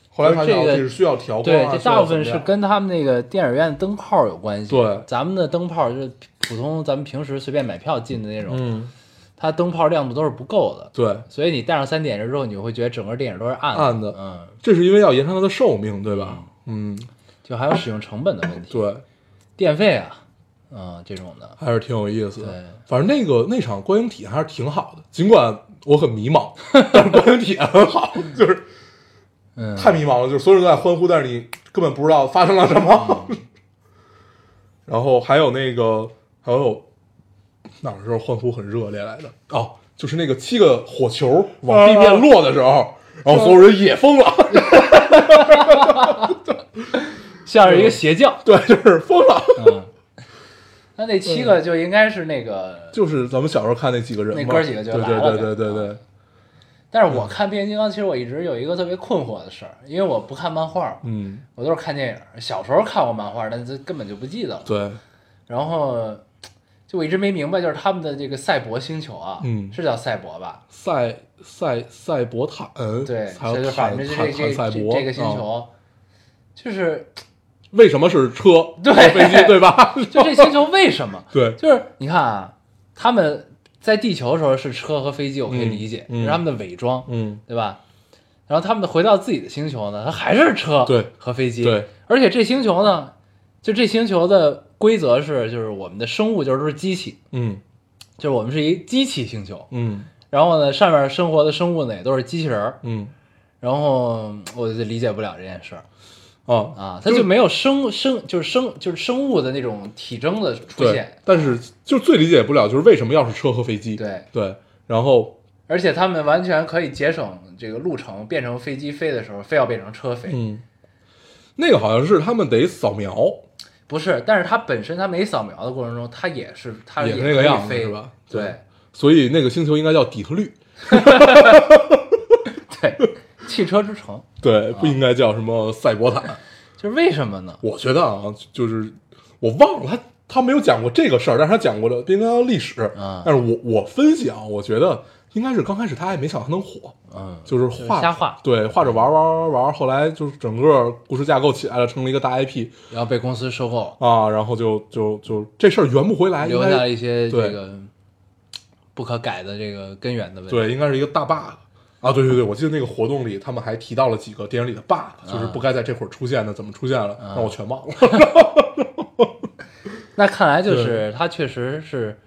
[SPEAKER 2] 后来发现
[SPEAKER 1] 就
[SPEAKER 2] 哦
[SPEAKER 1] 是这个
[SPEAKER 2] 这是需要调光
[SPEAKER 1] 对，
[SPEAKER 2] 啊，
[SPEAKER 1] 这
[SPEAKER 2] 需要
[SPEAKER 1] 大部分
[SPEAKER 2] 怎
[SPEAKER 1] 是
[SPEAKER 2] 么样
[SPEAKER 1] 跟他们那个电影院灯泡有关系。
[SPEAKER 2] 对
[SPEAKER 1] 咱们的灯泡就是普通咱们平时随便买票进的那种，
[SPEAKER 2] 嗯
[SPEAKER 1] 它灯泡亮度都是不够的，
[SPEAKER 2] 对，
[SPEAKER 1] 所以你戴上三点之后，你会觉得整个电影都是暗
[SPEAKER 2] 暗的
[SPEAKER 1] 嗯，
[SPEAKER 2] 这是因为要延长它的寿命，对吧？嗯，
[SPEAKER 1] 就还有使用成本的问题，，
[SPEAKER 2] 对，
[SPEAKER 1] 电费啊，嗯，这种的，
[SPEAKER 2] 还是挺有意思
[SPEAKER 1] 对
[SPEAKER 2] 的。反正那个那场观影体验还是挺好的，尽管我很迷茫， 但是观影体验很好，就是
[SPEAKER 1] 嗯，
[SPEAKER 2] 太迷茫了，就是所有人都在欢呼，但是你根本不知道发生了什么。
[SPEAKER 1] 嗯
[SPEAKER 2] 然后还有那个，还有哪儿时候欢呼很热烈来的？哦，就是那个七个火球往地面落的时候，
[SPEAKER 1] 啊
[SPEAKER 2] 然后所有人也疯了，
[SPEAKER 1] 像是一个邪教，
[SPEAKER 2] 对，就是疯了，
[SPEAKER 1] 嗯，那那七个就应该是那个，
[SPEAKER 2] 就是咱们小时候看那几个人嘛，
[SPEAKER 1] 那哥几个就
[SPEAKER 2] 对
[SPEAKER 1] 来
[SPEAKER 2] 对
[SPEAKER 1] 了
[SPEAKER 2] 对对对对，
[SPEAKER 1] 但是我看变形金刚，其实我一直有一个特别困惑的事儿，因为我不看漫画，
[SPEAKER 2] 嗯，
[SPEAKER 1] 我都是看电影，小时候看过漫画，但是根本就不记得了，
[SPEAKER 2] 对，
[SPEAKER 1] 然后。就我一直没明白，就是他们的这个赛博星球啊，
[SPEAKER 2] 嗯
[SPEAKER 1] 是叫赛博吧？
[SPEAKER 2] 赛赛赛博坦，
[SPEAKER 1] 对，
[SPEAKER 2] 还有
[SPEAKER 1] 所以就
[SPEAKER 2] 坦
[SPEAKER 1] 反正这
[SPEAKER 2] 坦
[SPEAKER 1] 这
[SPEAKER 2] 坦
[SPEAKER 1] 这
[SPEAKER 2] 赛
[SPEAKER 1] 这
[SPEAKER 2] 博
[SPEAKER 1] 这个星
[SPEAKER 2] 啊
[SPEAKER 1] 球，就是
[SPEAKER 2] 为什么是车？
[SPEAKER 1] 对
[SPEAKER 2] 飞机对吧？
[SPEAKER 1] 就这星球为什么？
[SPEAKER 2] 对，
[SPEAKER 1] 就是你看啊，他们在地球的时候是车和飞机，我可以
[SPEAKER 2] 嗯
[SPEAKER 1] 理解，
[SPEAKER 2] 嗯
[SPEAKER 1] 是他们的伪装，
[SPEAKER 2] 嗯，
[SPEAKER 1] 对吧？然后他们回到自己的星球呢，它还是车
[SPEAKER 2] 对
[SPEAKER 1] 和飞机，
[SPEAKER 2] 对，
[SPEAKER 1] 而且这星球呢，就这星球的规则是，就是我们的生物就是都是机器，
[SPEAKER 2] 嗯
[SPEAKER 1] 就是我们是一机器星球，
[SPEAKER 2] 嗯
[SPEAKER 1] 然后呢，上面生活的生物呢也都是机器人儿，
[SPEAKER 2] 嗯
[SPEAKER 1] 然后嗯我就理解不了这件事儿。
[SPEAKER 2] 啊，
[SPEAKER 1] 啊，它就没有生生就是生就是生物的那种体征的出
[SPEAKER 2] 对
[SPEAKER 1] 现，，
[SPEAKER 2] 但是就最理解不了就是为什么要是车和飞机？
[SPEAKER 1] 对
[SPEAKER 2] 对，然后
[SPEAKER 1] 而且他们完全可以节省这个路程，变成飞机飞的时候非要变成车飞，
[SPEAKER 2] 嗯，那个好像是他们得扫描，
[SPEAKER 1] 不是？但是它本身它没扫描的过程中，它也是它
[SPEAKER 2] 也是
[SPEAKER 1] 可
[SPEAKER 2] 那个
[SPEAKER 1] 以
[SPEAKER 2] 样子
[SPEAKER 1] 飞
[SPEAKER 2] 是吧？
[SPEAKER 1] 对，
[SPEAKER 2] 所以那个星球应该叫底特律，
[SPEAKER 1] 对， 汽车之城
[SPEAKER 2] 对，
[SPEAKER 1] 啊
[SPEAKER 2] 不应该叫什么赛博坦。
[SPEAKER 1] 就是为什么呢？
[SPEAKER 2] 我觉得啊，就是我忘了他他没有讲过这个事儿，但是他讲过了变形金刚的历史。
[SPEAKER 1] 嗯
[SPEAKER 2] 但是我我分析啊，我觉得应该是刚开始他也没想他能火，
[SPEAKER 1] 嗯，
[SPEAKER 2] 就是
[SPEAKER 1] 是
[SPEAKER 2] 画
[SPEAKER 1] 瞎画
[SPEAKER 2] 对，画着玩儿玩儿玩儿玩儿，后来就是整个故事架构起来了，成了一个大
[SPEAKER 1] 嗯
[SPEAKER 2] IP
[SPEAKER 1] 然后被公司收购，
[SPEAKER 2] 啊，然后就就就这事儿圆不回来，应
[SPEAKER 1] 留下了
[SPEAKER 2] 该
[SPEAKER 1] 一些这
[SPEAKER 2] 对
[SPEAKER 1] 个不可改的这个根源的问题。
[SPEAKER 2] 对，应该是一个大 bug 啊，对对对，我记得那个活动里他们还提到了几个电影里的 bug，就是
[SPEAKER 1] 啊
[SPEAKER 2] 不该在这会儿出现的，怎么出现了，让我全忘了。
[SPEAKER 1] 那看来就是他确实是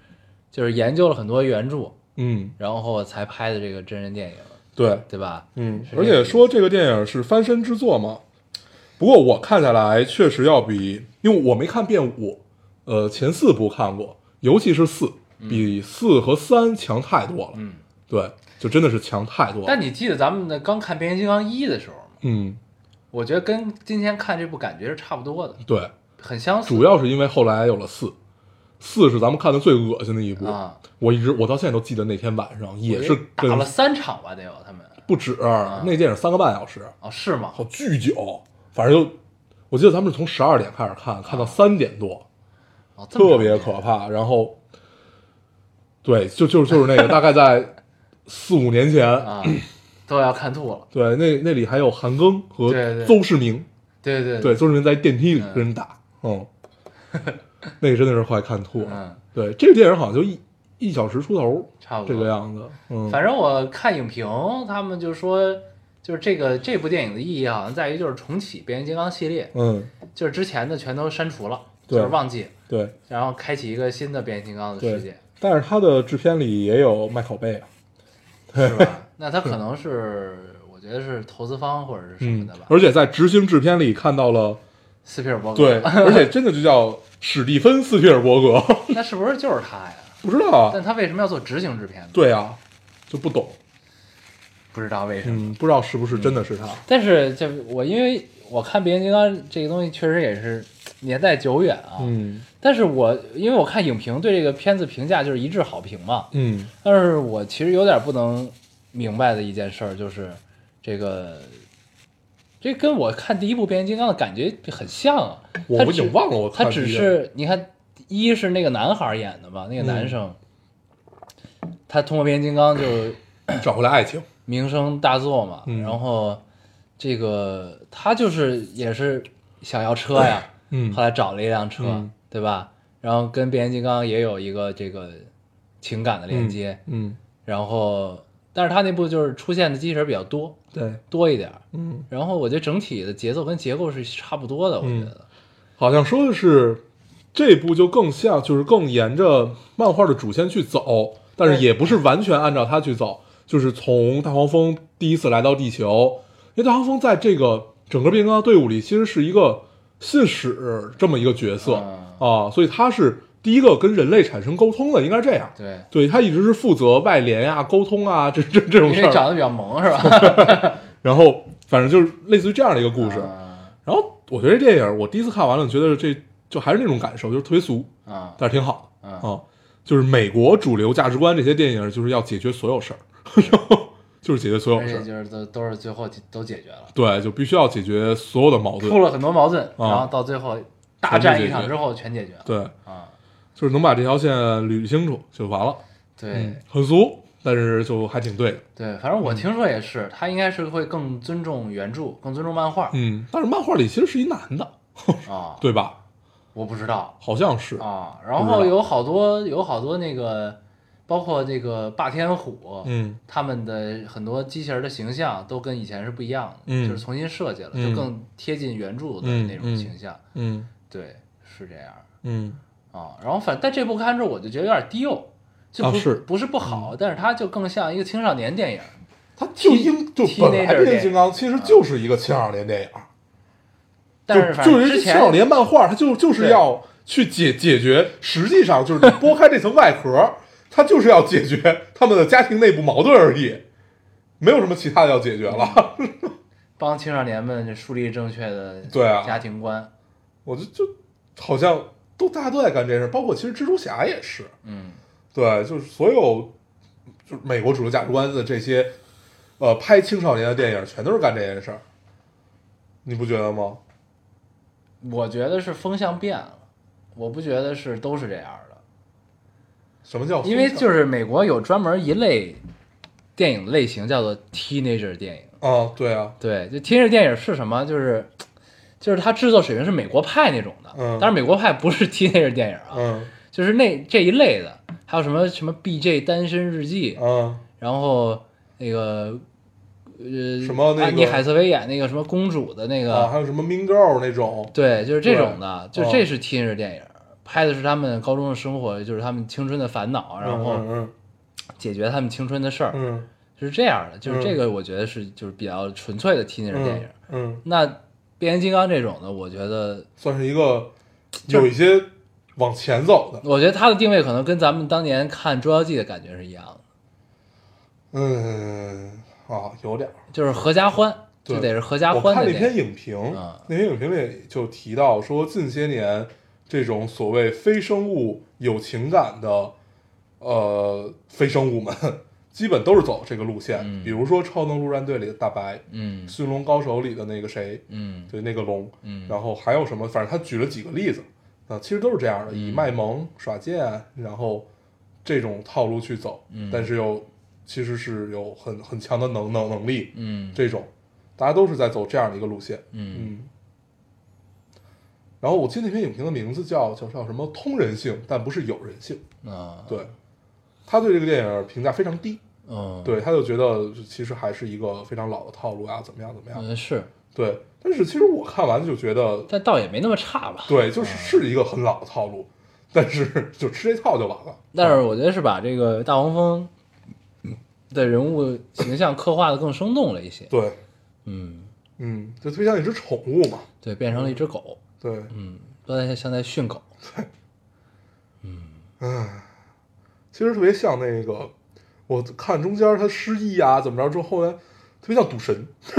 [SPEAKER 1] 就是研究了很多原著，
[SPEAKER 2] 嗯，
[SPEAKER 1] 然后才拍的这个真人电影，
[SPEAKER 2] 对，
[SPEAKER 1] 对吧？
[SPEAKER 2] 嗯，
[SPEAKER 1] 是
[SPEAKER 2] 而
[SPEAKER 1] 这个
[SPEAKER 2] 且说这个电影是翻身之作嘛，不过我看下来确实要比，因为我没看变五，呃，前四部看过，尤其是四，比四和三强太多了。
[SPEAKER 1] 嗯，
[SPEAKER 2] 对，就真的是强太多了。
[SPEAKER 1] 但你记得咱们的刚看《变形金刚一》的时候吗？
[SPEAKER 2] 嗯，
[SPEAKER 1] 我觉得跟今天看这部感觉是差不多的，
[SPEAKER 2] 对，
[SPEAKER 1] 很相似。
[SPEAKER 2] 主要是因为后来有了四，四是咱们看的最恶心的一部。
[SPEAKER 1] 啊，
[SPEAKER 2] 我一直我到现在都记得那天晚上也是
[SPEAKER 1] 我觉得打
[SPEAKER 2] 跟
[SPEAKER 1] 了三啊场吧，得有他们
[SPEAKER 2] 不止，那电影三个半小时，
[SPEAKER 1] 哦，是吗？
[SPEAKER 2] 好巨久，反正就我记得咱们是从十二点开始看，看到三点多。
[SPEAKER 1] 哦，这么
[SPEAKER 2] 特别可怕。然后，对，就就就是那个，大概在四五年前，
[SPEAKER 1] 啊，都要看吐了。
[SPEAKER 2] 对，那那里还有韩庚和
[SPEAKER 1] 对对
[SPEAKER 2] 邹市明，
[SPEAKER 1] 对对
[SPEAKER 2] 对，邹市明在电梯里跟人打， 嗯，那个真的是快看吐了。
[SPEAKER 1] 嗯，
[SPEAKER 2] 对，这个电影好像就一一小时出头，
[SPEAKER 1] 差不
[SPEAKER 2] 这
[SPEAKER 1] 多
[SPEAKER 2] 个样子，嗯，
[SPEAKER 1] 反正我看影评，他们就说，就是这个这部电影的意义好像在于就是重启《变形金刚》系列，
[SPEAKER 2] 嗯，
[SPEAKER 1] 就是之前的全都删除了，就
[SPEAKER 2] 对
[SPEAKER 1] 是忘记，
[SPEAKER 2] 对
[SPEAKER 1] 然后开启一个新的变形金刚的世
[SPEAKER 2] 对
[SPEAKER 1] 界，。
[SPEAKER 2] 但是他的制片里也有麦考贝啊，
[SPEAKER 1] 是吧？那他可能是，我觉得是投资方或者是什么
[SPEAKER 2] 嗯
[SPEAKER 1] 的吧，。哦
[SPEAKER 2] 而且在执行制片里看到了，
[SPEAKER 1] 斯皮尔伯格，
[SPEAKER 2] 对，，而且真的就叫史蒂芬斯皮尔伯格，
[SPEAKER 1] 那是不是就是他呀？
[SPEAKER 2] 不知道啊，
[SPEAKER 1] 但他为什么要做执行制片呢？，
[SPEAKER 2] 对啊，就不懂，
[SPEAKER 1] 不知道为什么。
[SPEAKER 2] 嗯，不知道是不是真的是他，
[SPEAKER 1] 但是这我因为我看变形金刚这个东西确实也是年代久远啊，
[SPEAKER 2] 嗯
[SPEAKER 1] 但是我因为我看影评对这个片子评价就是一致好评嘛，
[SPEAKER 2] 嗯
[SPEAKER 1] 但是我其实有点不能明白的一件事儿就是这个。这跟我看第一部变形金刚的感觉很像啊！
[SPEAKER 2] 我
[SPEAKER 1] 他
[SPEAKER 2] 我已
[SPEAKER 1] 只
[SPEAKER 2] 经忘了我
[SPEAKER 1] 他
[SPEAKER 2] 看
[SPEAKER 1] 只
[SPEAKER 2] 第一
[SPEAKER 1] 是你看，一是那个男孩儿演的吧，那个男
[SPEAKER 2] 嗯
[SPEAKER 1] 生，他通过变形金刚就
[SPEAKER 2] 找回来爱情，
[SPEAKER 1] 名声大作嘛，
[SPEAKER 2] 嗯
[SPEAKER 1] 然后这个他就是也是想要车呀，
[SPEAKER 2] 嗯
[SPEAKER 1] 后来找了一辆车，
[SPEAKER 2] 嗯
[SPEAKER 1] 对吧？然后跟变形金刚也有一个这个情感的连接，
[SPEAKER 2] 嗯，
[SPEAKER 1] 然后但是他那部就是出现的机器人比较多
[SPEAKER 2] 对，
[SPEAKER 1] 多一点儿，
[SPEAKER 2] 嗯，
[SPEAKER 1] 然后我觉得整体的节奏跟结构是差不多的，我觉得，
[SPEAKER 2] 好像说的是这部就更像，就是更沿着漫画的主线去走，但是也不是完全按照它去走，就是从大黄蜂第一次来到地球，因为大黄蜂在这个整个变形金刚队伍里其实是一个信使这么一个角色啊，所以他是第一个跟人类产生沟通的，应该是这样。
[SPEAKER 1] 对，
[SPEAKER 2] 对他一直是负责外联呀、沟通啊，这这这种
[SPEAKER 1] 因
[SPEAKER 2] 事
[SPEAKER 1] 为长
[SPEAKER 2] 儿。
[SPEAKER 1] 得比较萌是吧？
[SPEAKER 2] 然后反正就是类似于这样的一个故事。
[SPEAKER 1] 啊
[SPEAKER 2] 然后我觉得这电影我第一次看完了，觉得这就还是那种感受，就是特别俗，
[SPEAKER 1] 啊，
[SPEAKER 2] 但是挺好的
[SPEAKER 1] 嗯
[SPEAKER 2] 啊。就是美国主流价值观这些电影就是要解决所有事儿， 然后就是解决所有
[SPEAKER 1] 而
[SPEAKER 2] 事
[SPEAKER 1] 且就
[SPEAKER 2] 儿，
[SPEAKER 1] 是都都是最后都解决了，
[SPEAKER 2] 对，就必须要解决所有的矛
[SPEAKER 1] 出
[SPEAKER 2] 盾，
[SPEAKER 1] 了很多矛盾，
[SPEAKER 2] 啊
[SPEAKER 1] 然后到最后大战一
[SPEAKER 2] 全部解决
[SPEAKER 1] 场之后全解决了，
[SPEAKER 2] 对，
[SPEAKER 1] 啊，
[SPEAKER 2] 就是能把这条线捋清楚就完了。嗯
[SPEAKER 1] 对。
[SPEAKER 2] 很俗，但是就还挺对的。
[SPEAKER 1] 对，反
[SPEAKER 2] 嗯
[SPEAKER 1] 正我听说也是，他应该是会更尊重原著，更尊重漫画
[SPEAKER 2] 嗯，但是漫画里其实是一男的，
[SPEAKER 1] 啊。，
[SPEAKER 2] 对吧？
[SPEAKER 1] 我不知道
[SPEAKER 2] 好像嗯是，
[SPEAKER 1] 啊。然
[SPEAKER 2] 不知道
[SPEAKER 1] 后有好多有好多那个，包括这个霸天虎，
[SPEAKER 2] 嗯
[SPEAKER 1] 他们的很多机器人的形象都跟以前是不一样的，
[SPEAKER 2] 嗯
[SPEAKER 1] 就是重新设计了，
[SPEAKER 2] 嗯
[SPEAKER 1] 就更贴近原著的
[SPEAKER 2] 嗯
[SPEAKER 1] 那种
[SPEAKER 2] 嗯
[SPEAKER 1] 形象。
[SPEAKER 2] 嗯
[SPEAKER 1] 对，是这样
[SPEAKER 2] 嗯，
[SPEAKER 1] 啊。然后反但这部看完之后，我就觉得有点低幼，就
[SPEAKER 2] 啊
[SPEAKER 1] 不、
[SPEAKER 2] 是嗯
[SPEAKER 1] 不是不好，但是它就更像一个青少年电影。
[SPEAKER 2] 他就
[SPEAKER 1] Teen-
[SPEAKER 2] 应就本来
[SPEAKER 1] Teenager
[SPEAKER 2] 变形金刚其实就是一个青少年电影，
[SPEAKER 1] 嗯但是
[SPEAKER 2] 就
[SPEAKER 1] 反
[SPEAKER 2] 就
[SPEAKER 1] 正
[SPEAKER 2] 是
[SPEAKER 1] 之
[SPEAKER 2] 一青
[SPEAKER 1] 前
[SPEAKER 2] 少年漫画，它就就是要去解解决，实际上就是你剥开这层外壳，它就是要解决他们的家庭内部矛盾而已，没有什么其他的要解决
[SPEAKER 1] 嗯
[SPEAKER 2] 了。
[SPEAKER 1] 帮青少年们树立正确的
[SPEAKER 2] 对啊
[SPEAKER 1] 家庭观。
[SPEAKER 2] 我就就好像都大家都在干这事，包括其实蜘蛛侠也是，
[SPEAKER 1] 嗯，
[SPEAKER 2] 对，就是所有就是美国主流价值观的这些，呃，拍青少年的电影全都是干这件事儿，你不觉得吗？
[SPEAKER 1] 我觉得是风向变了，我不觉得是都是这样的，
[SPEAKER 2] 什么叫风向？
[SPEAKER 1] 因为就是美国有专门一类电影类型叫做 teenager 电影。
[SPEAKER 2] 啊，对啊，
[SPEAKER 1] 对，就 teenager 电影是什么？就是就是它制作水平是美国派那种的，
[SPEAKER 2] 嗯
[SPEAKER 1] 但是美国派不是 teenager 电影啊，
[SPEAKER 2] 嗯
[SPEAKER 1] 就是那这一类的，还有什么什么 BJ 单身日记，
[SPEAKER 2] 嗯，
[SPEAKER 1] 然后那个呃
[SPEAKER 2] 什么那个
[SPEAKER 1] 安妮海瑟薇演那个什么公主的那个
[SPEAKER 2] 啊，还有什么 Mean Girl 那种，
[SPEAKER 1] 对，就是这种的，
[SPEAKER 2] 对
[SPEAKER 1] 就这是 teenager 电影，拍的是他们高中的生活，就是他们青春的烦恼，然后
[SPEAKER 2] 嗯
[SPEAKER 1] 解决他们青春的事
[SPEAKER 2] 嗯
[SPEAKER 1] 儿，
[SPEAKER 2] 嗯
[SPEAKER 1] 是这样的。就是这
[SPEAKER 2] 嗯
[SPEAKER 1] 个，我觉得是就是比较纯粹的 teenager 电影。
[SPEAKER 2] 嗯，
[SPEAKER 1] 那变形金刚这种的，我觉得，
[SPEAKER 2] 算是一个有一些往前走的，
[SPEAKER 1] 我觉得它的定位可能跟咱们当年看《捉妖记》的感觉是一样的，
[SPEAKER 2] 嗯啊，有点儿。
[SPEAKER 1] 就是合家欢，
[SPEAKER 2] 对
[SPEAKER 1] 就得是合家
[SPEAKER 2] 我
[SPEAKER 1] 欢
[SPEAKER 2] 看
[SPEAKER 1] 的
[SPEAKER 2] 那
[SPEAKER 1] 电
[SPEAKER 2] 篇
[SPEAKER 1] 影。
[SPEAKER 2] 影评
[SPEAKER 1] 啊，
[SPEAKER 2] 那篇影评里就提到说，近些年这种所谓非生物有情感的，呃，非生物们基本都是走这个路线，
[SPEAKER 1] 嗯
[SPEAKER 2] 比如说《超能陆战队》里的大白，
[SPEAKER 1] 嗯
[SPEAKER 2] 驯龙高手》里的那个谁，
[SPEAKER 1] 嗯
[SPEAKER 2] 对，那个龙，
[SPEAKER 1] 嗯
[SPEAKER 2] 然后还有什么？反正他举了几个例子，啊，其实都是这样的，
[SPEAKER 1] 嗯
[SPEAKER 2] 以卖萌、耍贱，然后这种套路去走，
[SPEAKER 1] 嗯
[SPEAKER 2] 但是又其实是有很很强的能能能力，
[SPEAKER 1] 嗯
[SPEAKER 2] 这种大家都是在走这样的一个路线，
[SPEAKER 1] 嗯
[SPEAKER 2] 嗯。然后我记得那篇影评的名字叫叫叫什么通人性，但不是有人性。
[SPEAKER 1] 啊
[SPEAKER 2] 对，他对这个电影评价非常低，
[SPEAKER 1] 嗯，
[SPEAKER 2] 对，他就觉得其实还是一个非常老的套路啊，怎么样怎么样。
[SPEAKER 1] 嗯是，
[SPEAKER 2] 对，但是其实我看完就觉得
[SPEAKER 1] 但倒也没那么差吧。
[SPEAKER 2] 对，就是是一个很老的套路，但是就吃这套就完了。
[SPEAKER 1] 但是我觉得是把这个大黄蜂的人物形象刻画的更生动了一些。
[SPEAKER 2] 对，
[SPEAKER 1] 嗯，
[SPEAKER 2] 嗯，就特别像一只宠物嘛。
[SPEAKER 1] 对，变成了一只狗，
[SPEAKER 2] 对，
[SPEAKER 1] 嗯，都在像在训狗。嗯
[SPEAKER 2] 其实特别像那个，我看中间他失忆啊，怎么着之后，后来特别像赌神。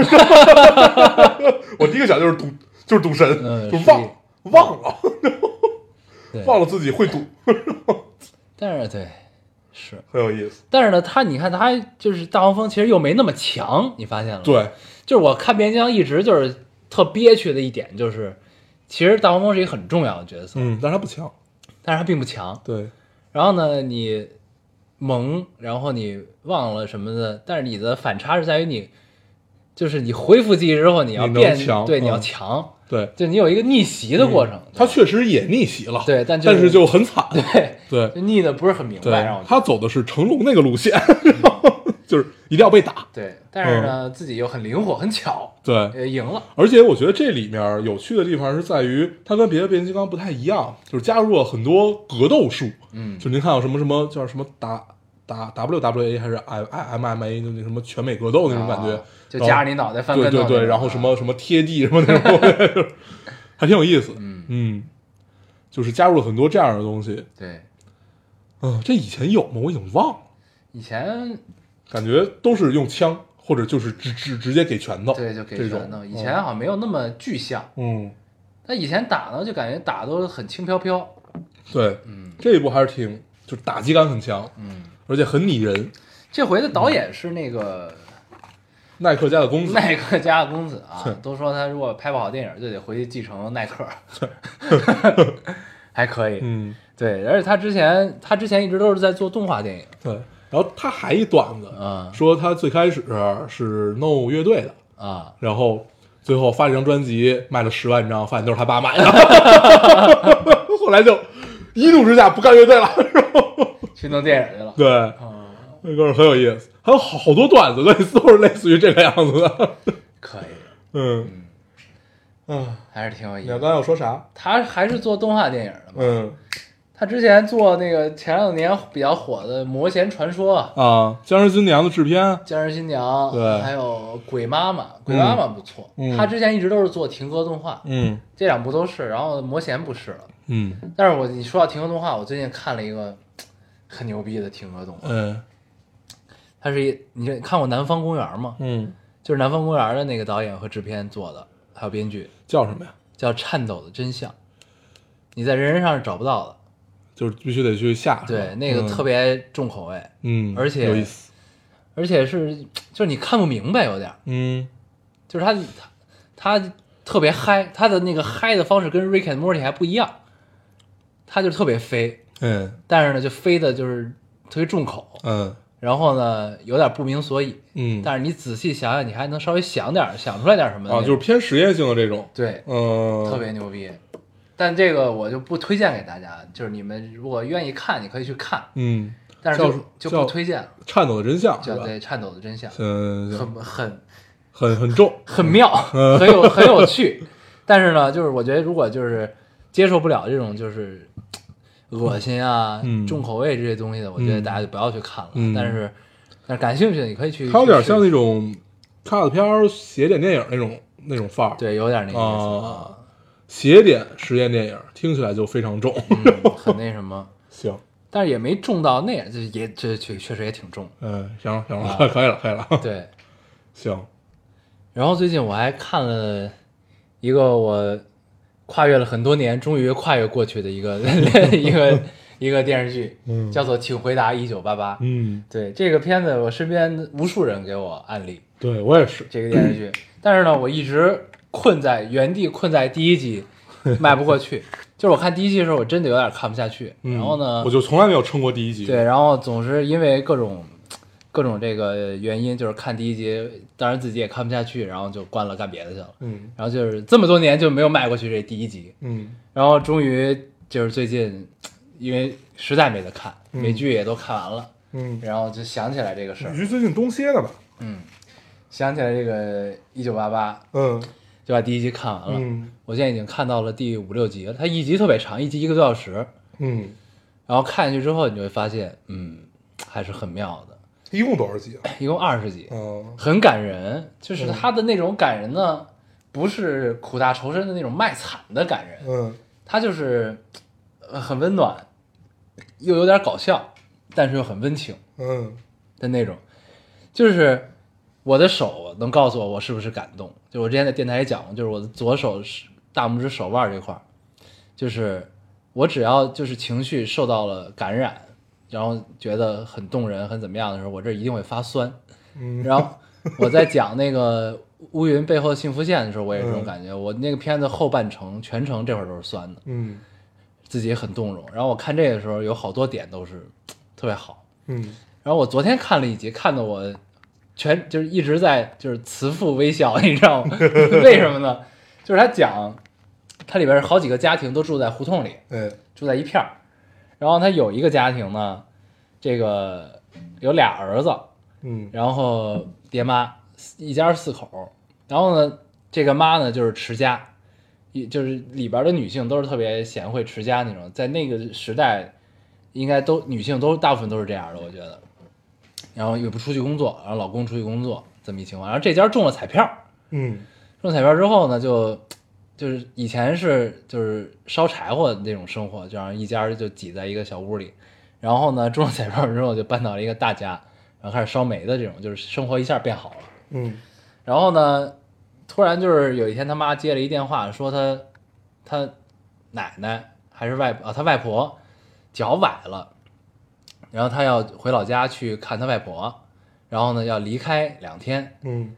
[SPEAKER 2] 我第一个想就是赌，就是赌神，
[SPEAKER 1] 嗯
[SPEAKER 2] 就是忘了忘了
[SPEAKER 1] 对，
[SPEAKER 2] 忘了自己会赌，
[SPEAKER 1] 但是对，是，
[SPEAKER 2] 很有意思。
[SPEAKER 1] 但是呢，他你看他就是大黄蜂，其实又没那么强，你发现了吗？，
[SPEAKER 2] 对，
[SPEAKER 1] 就是我看变形金刚一直就是特憋屈的一点就是，其实大黄蜂是一个很重要的角色，
[SPEAKER 2] 嗯，但是他不强。
[SPEAKER 1] 但是他并不强。
[SPEAKER 2] 对，
[SPEAKER 1] 然后呢，你萌，然后你忘了什么的，但是你的反差是在于你就是你恢复记忆之后，你要
[SPEAKER 2] 你能
[SPEAKER 1] 变
[SPEAKER 2] 强
[SPEAKER 1] 对，你要
[SPEAKER 2] 嗯
[SPEAKER 1] 强，
[SPEAKER 2] 对，
[SPEAKER 1] 就你有一个逆袭的过程。
[SPEAKER 2] 他确实也逆袭了，
[SPEAKER 1] 嗯对但就
[SPEAKER 2] 但
[SPEAKER 1] 是
[SPEAKER 2] 是就很惨，
[SPEAKER 1] 对，
[SPEAKER 2] 对
[SPEAKER 1] 就逆的不是很明白，让我
[SPEAKER 2] 对，
[SPEAKER 1] 觉得嗯
[SPEAKER 2] 他走的是成龙那个路线，然后 就是一定要被打，
[SPEAKER 1] 对，但是呢，自己又很灵活，很巧，
[SPEAKER 2] 对，
[SPEAKER 1] 呃，赢了。
[SPEAKER 2] 而且我觉得这里面有趣的地方是在于，它跟别的变形金刚不太一样，就是加入了很多格斗术。
[SPEAKER 1] 嗯
[SPEAKER 2] 就您看有什么什么叫什么打打 WWE 还是 I I MMA 就那什么全美格斗那种感觉，
[SPEAKER 1] 啊就
[SPEAKER 2] 然后
[SPEAKER 1] 夹着你脑袋翻跟
[SPEAKER 2] 对
[SPEAKER 1] 头
[SPEAKER 2] 对
[SPEAKER 1] 那
[SPEAKER 2] 对，
[SPEAKER 1] 种
[SPEAKER 2] 然后
[SPEAKER 1] 啊
[SPEAKER 2] 什么什么贴地什么那 种，就是还挺有意思。
[SPEAKER 1] 嗯
[SPEAKER 2] 嗯，就是加入了很多这样的东西。
[SPEAKER 1] 对，
[SPEAKER 2] 嗯，这以前有吗？我已经忘了，
[SPEAKER 1] 以前
[SPEAKER 2] 感觉都是用枪或者就是直直直接给拳头，
[SPEAKER 1] 对就给
[SPEAKER 2] 哦这种
[SPEAKER 1] 拳头，以前好像没有那么具象。
[SPEAKER 2] 嗯，嗯
[SPEAKER 1] 但以前打呢，就感觉打都很轻飘飘。
[SPEAKER 2] 对，
[SPEAKER 1] 嗯
[SPEAKER 2] 这一部还是挺，就是打击感很强，
[SPEAKER 1] 嗯，
[SPEAKER 2] 而且很拟人。
[SPEAKER 1] 这回的导演是那个
[SPEAKER 2] 耐克家的 公子，
[SPEAKER 1] 耐克家的公子啊
[SPEAKER 2] 对，
[SPEAKER 1] 都说他如果拍不好电影，就得回去继承耐克。 还可以，
[SPEAKER 2] 嗯，
[SPEAKER 1] 对，而且他之前他之前一直都是在做动画电影，
[SPEAKER 2] 对。然后他还一段子，
[SPEAKER 1] 嗯
[SPEAKER 2] 说他最开始是弄乐队的，
[SPEAKER 1] 啊，
[SPEAKER 2] 然后最后发了一张专辑，卖了十万张，发现都是他 爸买的， 后来就一怒之下不干乐队了。 然后
[SPEAKER 1] 去弄电影去了。
[SPEAKER 2] 对，
[SPEAKER 1] 哦
[SPEAKER 2] 那哥们儿很有意思，还有好好多段子，类似都是类似于这个样子的。
[SPEAKER 1] 可以，
[SPEAKER 2] 嗯，嗯，
[SPEAKER 1] 还是挺有意
[SPEAKER 2] 你要
[SPEAKER 1] 思
[SPEAKER 2] 刚
[SPEAKER 1] 的。
[SPEAKER 2] 才要说啥？
[SPEAKER 1] 他还是做动画电影的嘛。
[SPEAKER 2] 嗯
[SPEAKER 1] 他之前做那个前两年比较火的《魔弦传说》啊，
[SPEAKER 2] 啊，僵尸新娘的制片，啊
[SPEAKER 1] 《僵尸新娘》，
[SPEAKER 2] 对
[SPEAKER 1] 还有《鬼妈妈》，《鬼妈妈》不错。
[SPEAKER 2] 嗯
[SPEAKER 1] 他之前一直都是做停格动画，
[SPEAKER 2] 嗯
[SPEAKER 1] 这两部都是，然后《魔弦》不是了。
[SPEAKER 2] 嗯
[SPEAKER 1] 但是我你说到停格动画，我最近看了一个很牛逼的停格动画，
[SPEAKER 2] 嗯
[SPEAKER 1] 它是一你这看过《南方公园》吗？
[SPEAKER 2] 嗯，
[SPEAKER 1] 就是《南方公园》的那个导演和制片做的，还有编剧，
[SPEAKER 2] 叫什么呀？
[SPEAKER 1] 叫《颤抖的真相》，你在人人上是找不到的。
[SPEAKER 2] 就是必须得去下。是吧嗯
[SPEAKER 1] 对，那个特，别重口味，
[SPEAKER 2] 嗯，嗯
[SPEAKER 1] 而且
[SPEAKER 2] 有意思，
[SPEAKER 1] 而且是就是你看不明白，有点儿
[SPEAKER 2] 嗯
[SPEAKER 1] 就是他他他特别嗨，他的那个嗨的方式跟 Rick and Morty 还不一样，他就特别飞，
[SPEAKER 2] 嗯
[SPEAKER 1] 但是呢就飞的就是特别重口，
[SPEAKER 2] 嗯
[SPEAKER 1] 然后呢有点不明所以，
[SPEAKER 2] 嗯，
[SPEAKER 1] 但是你仔细想想，你还能稍微想点儿想出来点儿什么的
[SPEAKER 2] 啊，
[SPEAKER 1] 那
[SPEAKER 2] 就
[SPEAKER 1] 种
[SPEAKER 2] 是偏实验性的这种，
[SPEAKER 1] 对，
[SPEAKER 2] 嗯，
[SPEAKER 1] 特别牛逼。但这个我就不推荐给大家，就是你们如果愿意看，你可以去看，
[SPEAKER 2] 嗯，
[SPEAKER 1] 但是
[SPEAKER 2] 叫
[SPEAKER 1] 就就
[SPEAKER 2] 叫
[SPEAKER 1] 不推荐了，
[SPEAKER 2] 颤抖的真相是
[SPEAKER 1] 叫
[SPEAKER 2] 吧？
[SPEAKER 1] 对《颤抖的真相》
[SPEAKER 2] 嗯，
[SPEAKER 1] 很
[SPEAKER 2] 行
[SPEAKER 1] 很
[SPEAKER 2] 很很重，
[SPEAKER 1] 很 妙，很有很有趣。但是呢，就是我觉得如果就是接受不了这种就是嘖恶心啊、
[SPEAKER 2] 嗯
[SPEAKER 1] 重口味这些东西的，我觉得
[SPEAKER 2] 嗯
[SPEAKER 1] 大家就不要去看了。
[SPEAKER 2] 嗯
[SPEAKER 1] 但是但是感兴趣的你可以去，
[SPEAKER 2] 它有点像
[SPEAKER 1] 去
[SPEAKER 2] 那种卡子片儿斜点电影那种那种范儿，，
[SPEAKER 1] 对，有点那个意思，
[SPEAKER 2] 啊，斜点实验电影听起来就非常重，
[SPEAKER 1] 嗯，很那什么，
[SPEAKER 2] 行。
[SPEAKER 1] 但是也没重到那样，就是也这确确实也挺重。
[SPEAKER 2] 嗯，行了行了，
[SPEAKER 1] 啊
[SPEAKER 2] 可以了可以了，
[SPEAKER 1] 对，
[SPEAKER 2] 行，
[SPEAKER 1] 然后最近我还看了一个我跨越了很多年，终于跨越过去的一个 一个一个电视剧，
[SPEAKER 2] 嗯
[SPEAKER 1] 叫做《请回答一九八八》。
[SPEAKER 2] 嗯，
[SPEAKER 1] 对这个片子，我身边无数人给我案例
[SPEAKER 2] 对我也是，
[SPEAKER 1] 这个电视 剧，但是呢，我一直困在原地，困在第一集迈不过去。就是我看第一集的时候，我真的有点看不下去。
[SPEAKER 2] 嗯
[SPEAKER 1] 然后呢
[SPEAKER 2] 我，就从来没有撑过第一集，
[SPEAKER 1] 对，，然后总是因为各种各种这个原因，就是看第一集，当然自己也看不下去，然后就关了干别的去了。
[SPEAKER 2] 嗯
[SPEAKER 1] 然后就是这么多年就没有迈过去这第一集，
[SPEAKER 2] 嗯
[SPEAKER 1] 然后终于就是最近，因为实在没得看，
[SPEAKER 2] 嗯
[SPEAKER 1] 美剧也都看完了，
[SPEAKER 2] 嗯，
[SPEAKER 1] 然后就想起来这个事儿
[SPEAKER 2] 你，是最近东歇的吧？
[SPEAKER 1] 嗯，想起来这个一九八八，
[SPEAKER 2] 嗯
[SPEAKER 1] 就把第一集看完了。
[SPEAKER 2] 嗯
[SPEAKER 1] 我现在已经看到了第五六集了，它一集特别长，一集一个多小时。
[SPEAKER 2] 嗯，
[SPEAKER 1] 然后看下去之后，你就会发现，嗯，还是很妙的，
[SPEAKER 2] 一共多少集啊？
[SPEAKER 1] 一共二十集，
[SPEAKER 2] 嗯
[SPEAKER 1] 很感人。就是它的那种感人呢，不是苦大仇深的那种卖惨的感人，
[SPEAKER 2] 嗯
[SPEAKER 1] 它就是呃很温暖，又有点搞笑，但是又很温情
[SPEAKER 2] 嗯
[SPEAKER 1] 的那种。就是我的手能告诉我我是不是感动。就我之前在电台也讲过，就是我的左手是大拇指手腕这块儿，就是我只要就是情绪受到了感染，然后觉得很动人、很怎么样的时候，我这儿一定会发酸。
[SPEAKER 2] 嗯，
[SPEAKER 1] 然后我在讲那个乌云背后的幸福线的时候，我也是这种感觉。我那个片子后半程全程这块儿都是酸的。
[SPEAKER 2] 嗯
[SPEAKER 1] 自己也很动容。然后我看这个时候有好多点都是特别好。
[SPEAKER 2] 嗯
[SPEAKER 1] 然后我昨天看了一集，看得我全就是一直在就是慈父微笑，你知道吗？ 为什么呢？就是他讲，他里边好几个家庭都住在胡同里，
[SPEAKER 2] 哎，
[SPEAKER 1] 住在一片儿。然后他有一个家庭呢，这个有俩儿子，
[SPEAKER 2] 嗯
[SPEAKER 1] 然后爹妈一家四口。然后呢，这个妈呢就是持家，一就是里边的女性都是特别贤惠持家那种，在那个时代，应该都女性都大部分都是这样的，我觉得。然后也不出去工作，然后老公出去工作，这么一情况。然后这家中了彩票，
[SPEAKER 2] 嗯
[SPEAKER 1] 中彩票之后呢，就就是以前是就是烧柴火的那种生活，就让一家就挤在一个小屋里，然后呢中了彩票之后就搬到了一个大家，然后开始烧煤的这种，就是生活一下变好了。
[SPEAKER 2] 嗯
[SPEAKER 1] 然后呢，突然就是有一天他妈接了一电话，说他他奶奶还是外啊他外婆脚崴了，然后他要回老家去看他外婆，然后呢要离开两天，
[SPEAKER 2] 嗯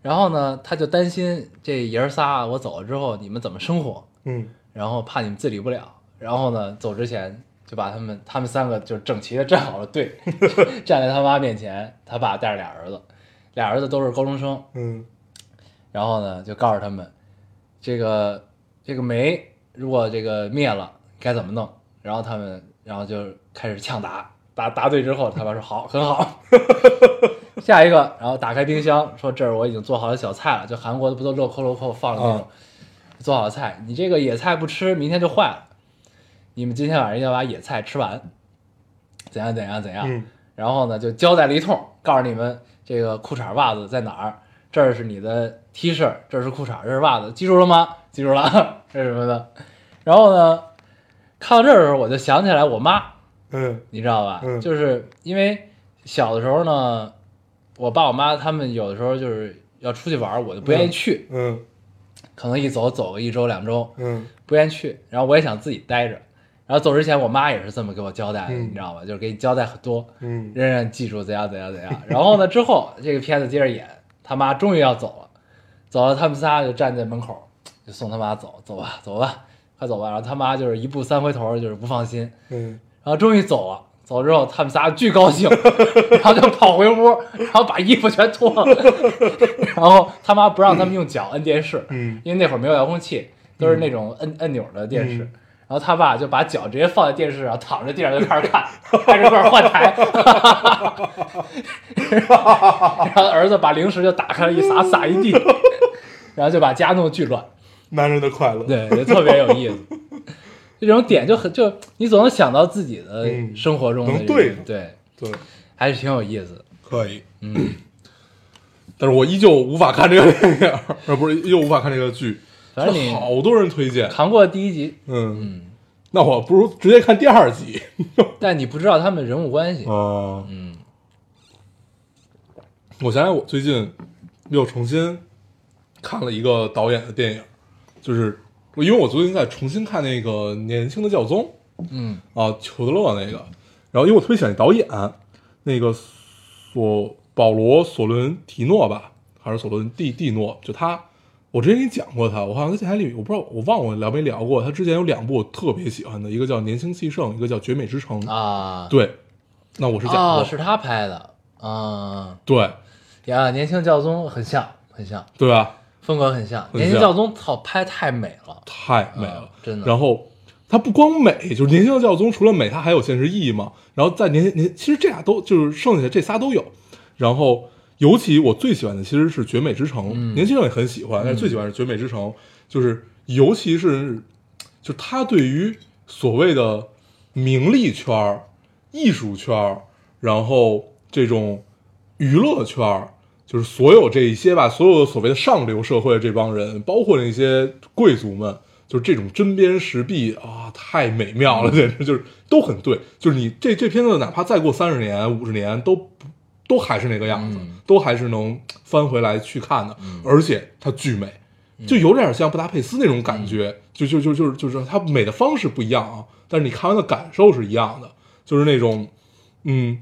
[SPEAKER 1] 然后呢，他就担心这爷儿仨我走了之后你们怎么生活，
[SPEAKER 2] 嗯
[SPEAKER 1] 然后怕你们自理不了，然后呢，走之前就把他们他们三个就整齐的站好了队， 站在他妈面前，他爸带着俩儿子，俩儿子都是高中生，
[SPEAKER 2] 嗯
[SPEAKER 1] 然后呢就告诉他们，这个这个煤如果这个灭了该怎么弄，然后他们然后就开始呛答，答答对之后，他爸说好，很好。 下一个，然后打开冰箱，说这儿我已经做好了小菜了，就韩国的不都镂空镂空放了那种，做好了菜，你这个野菜不吃，明天就坏了。你们今天晚上一定要把野菜吃完，怎样怎样怎样。
[SPEAKER 2] 嗯
[SPEAKER 1] 然后呢就交代了一通，告诉你们这个裤衩袜子在哪儿，这儿是你的 T 恤，这是裤衩，这是袜子，记住了吗？记住了， 这是什么的。然后呢，看到这儿的时候，我就想起来我妈，
[SPEAKER 2] 嗯
[SPEAKER 1] 你知道吧？
[SPEAKER 2] 嗯
[SPEAKER 1] 就是因为小的时候呢，我爸我妈他们有的时候就是要出去玩儿，我就不愿意去，
[SPEAKER 2] 嗯
[SPEAKER 1] 可能一走走个一周两周，
[SPEAKER 2] 嗯
[SPEAKER 1] 不愿意去，然后我也想自己待着。然后走之前，我妈也是这么给我交代的，
[SPEAKER 2] 嗯
[SPEAKER 1] 你知道吧？就是给你交代很多，
[SPEAKER 2] 嗯
[SPEAKER 1] 仍然记住怎样怎样怎样。然后呢，之后这个片子接着演，他妈终于要走了，走了，他们仨就站在门口，就送他妈走，走吧，走吧，快走吧。然后他妈就是一步三回头，就是不放心，
[SPEAKER 2] 嗯
[SPEAKER 1] 然后终于走了。走之后，他们仨巨高兴， 然后就跑回屋，然后把衣服全脱了， 然后他妈不让他们用脚摁电视，
[SPEAKER 2] 嗯
[SPEAKER 1] 因为那会儿没有遥控器，都是那种摁按钮的电视。
[SPEAKER 2] 嗯
[SPEAKER 1] 然后他爸就把脚直接放在电视上，躺在地上就开始看，开始开始换台。 然后儿子把零食就打开了一撒，撒一地，然后就把家弄得巨乱。
[SPEAKER 2] 男人的快乐，
[SPEAKER 1] 对，就特别有意思。 就这种点就很就你总能想到自己的
[SPEAKER 2] 嗯
[SPEAKER 1] 生活中的
[SPEAKER 2] 能
[SPEAKER 1] 这
[SPEAKER 2] 对
[SPEAKER 1] 种对，
[SPEAKER 2] 对，
[SPEAKER 1] 还是挺有意思的。
[SPEAKER 2] 可以，
[SPEAKER 1] 嗯，
[SPEAKER 2] 但是我依旧无法看这个电影 儿，呃，不是，依旧无法看这个剧，
[SPEAKER 1] 反正你
[SPEAKER 2] 这好多人推荐，
[SPEAKER 1] 韩国的第一集，
[SPEAKER 2] 嗯，
[SPEAKER 1] 嗯，
[SPEAKER 2] 那我不如直接看第二集，
[SPEAKER 1] 但你不知道他们人物关系，
[SPEAKER 2] 哦，
[SPEAKER 1] 嗯，
[SPEAKER 2] 我想想，我最近又重新看了一个导演的电影，就是因为我最近在重新看那个《年轻的教宗》
[SPEAKER 1] 嗯
[SPEAKER 2] 啊，裘德勒那个，然后因为我特别喜欢导演，那个索保罗·索伦提诺吧，还是索伦蒂蒂诺，就他，我之前给你讲过他，我好像在电台里，我不知道我忘了我聊没聊过，他之前有两部我特别喜欢的，一个叫《年轻气盛》，一个叫《绝美之城》，
[SPEAKER 1] 啊，
[SPEAKER 2] 对，那嗯我是讲过，
[SPEAKER 1] 哦，是他拍的，啊
[SPEAKER 2] 对
[SPEAKER 1] 呀，年轻教宗很像，很像，
[SPEAKER 2] 对啊吧？
[SPEAKER 1] 风格很像。
[SPEAKER 2] 很
[SPEAKER 1] 年轻
[SPEAKER 2] 像
[SPEAKER 1] 教宗操拍太美了，
[SPEAKER 2] 太美了
[SPEAKER 1] 啊，真的
[SPEAKER 2] 然后它不光美，就是年轻的教宗，除了美，它还有现实意义嘛。然后在年年，其实这俩都就是剩下这仨都有。然后尤其我最喜欢的其实是《绝美之城》，年轻人也很喜欢，但是最喜欢是《绝美之城》，就是尤其是就他对于所谓的名利圈儿、艺术圈儿，然后这种娱乐圈儿，就是所有这一些吧，所有的所谓的上流社会的这帮人，包括那些贵族们，就是这种针砭时弊啊，太美妙了，简直就是都很对。就是你这这片子，哪怕再过三十年、五十年，都不都还是那个样子，
[SPEAKER 1] 嗯
[SPEAKER 2] 都还是能翻回来去看的，而且它巨美。
[SPEAKER 1] 嗯
[SPEAKER 2] 就有点像布达佩斯那种感觉，就就就就是就是它美的方式不一样啊，但是你看完的感受是一样的，就是那种，嗯，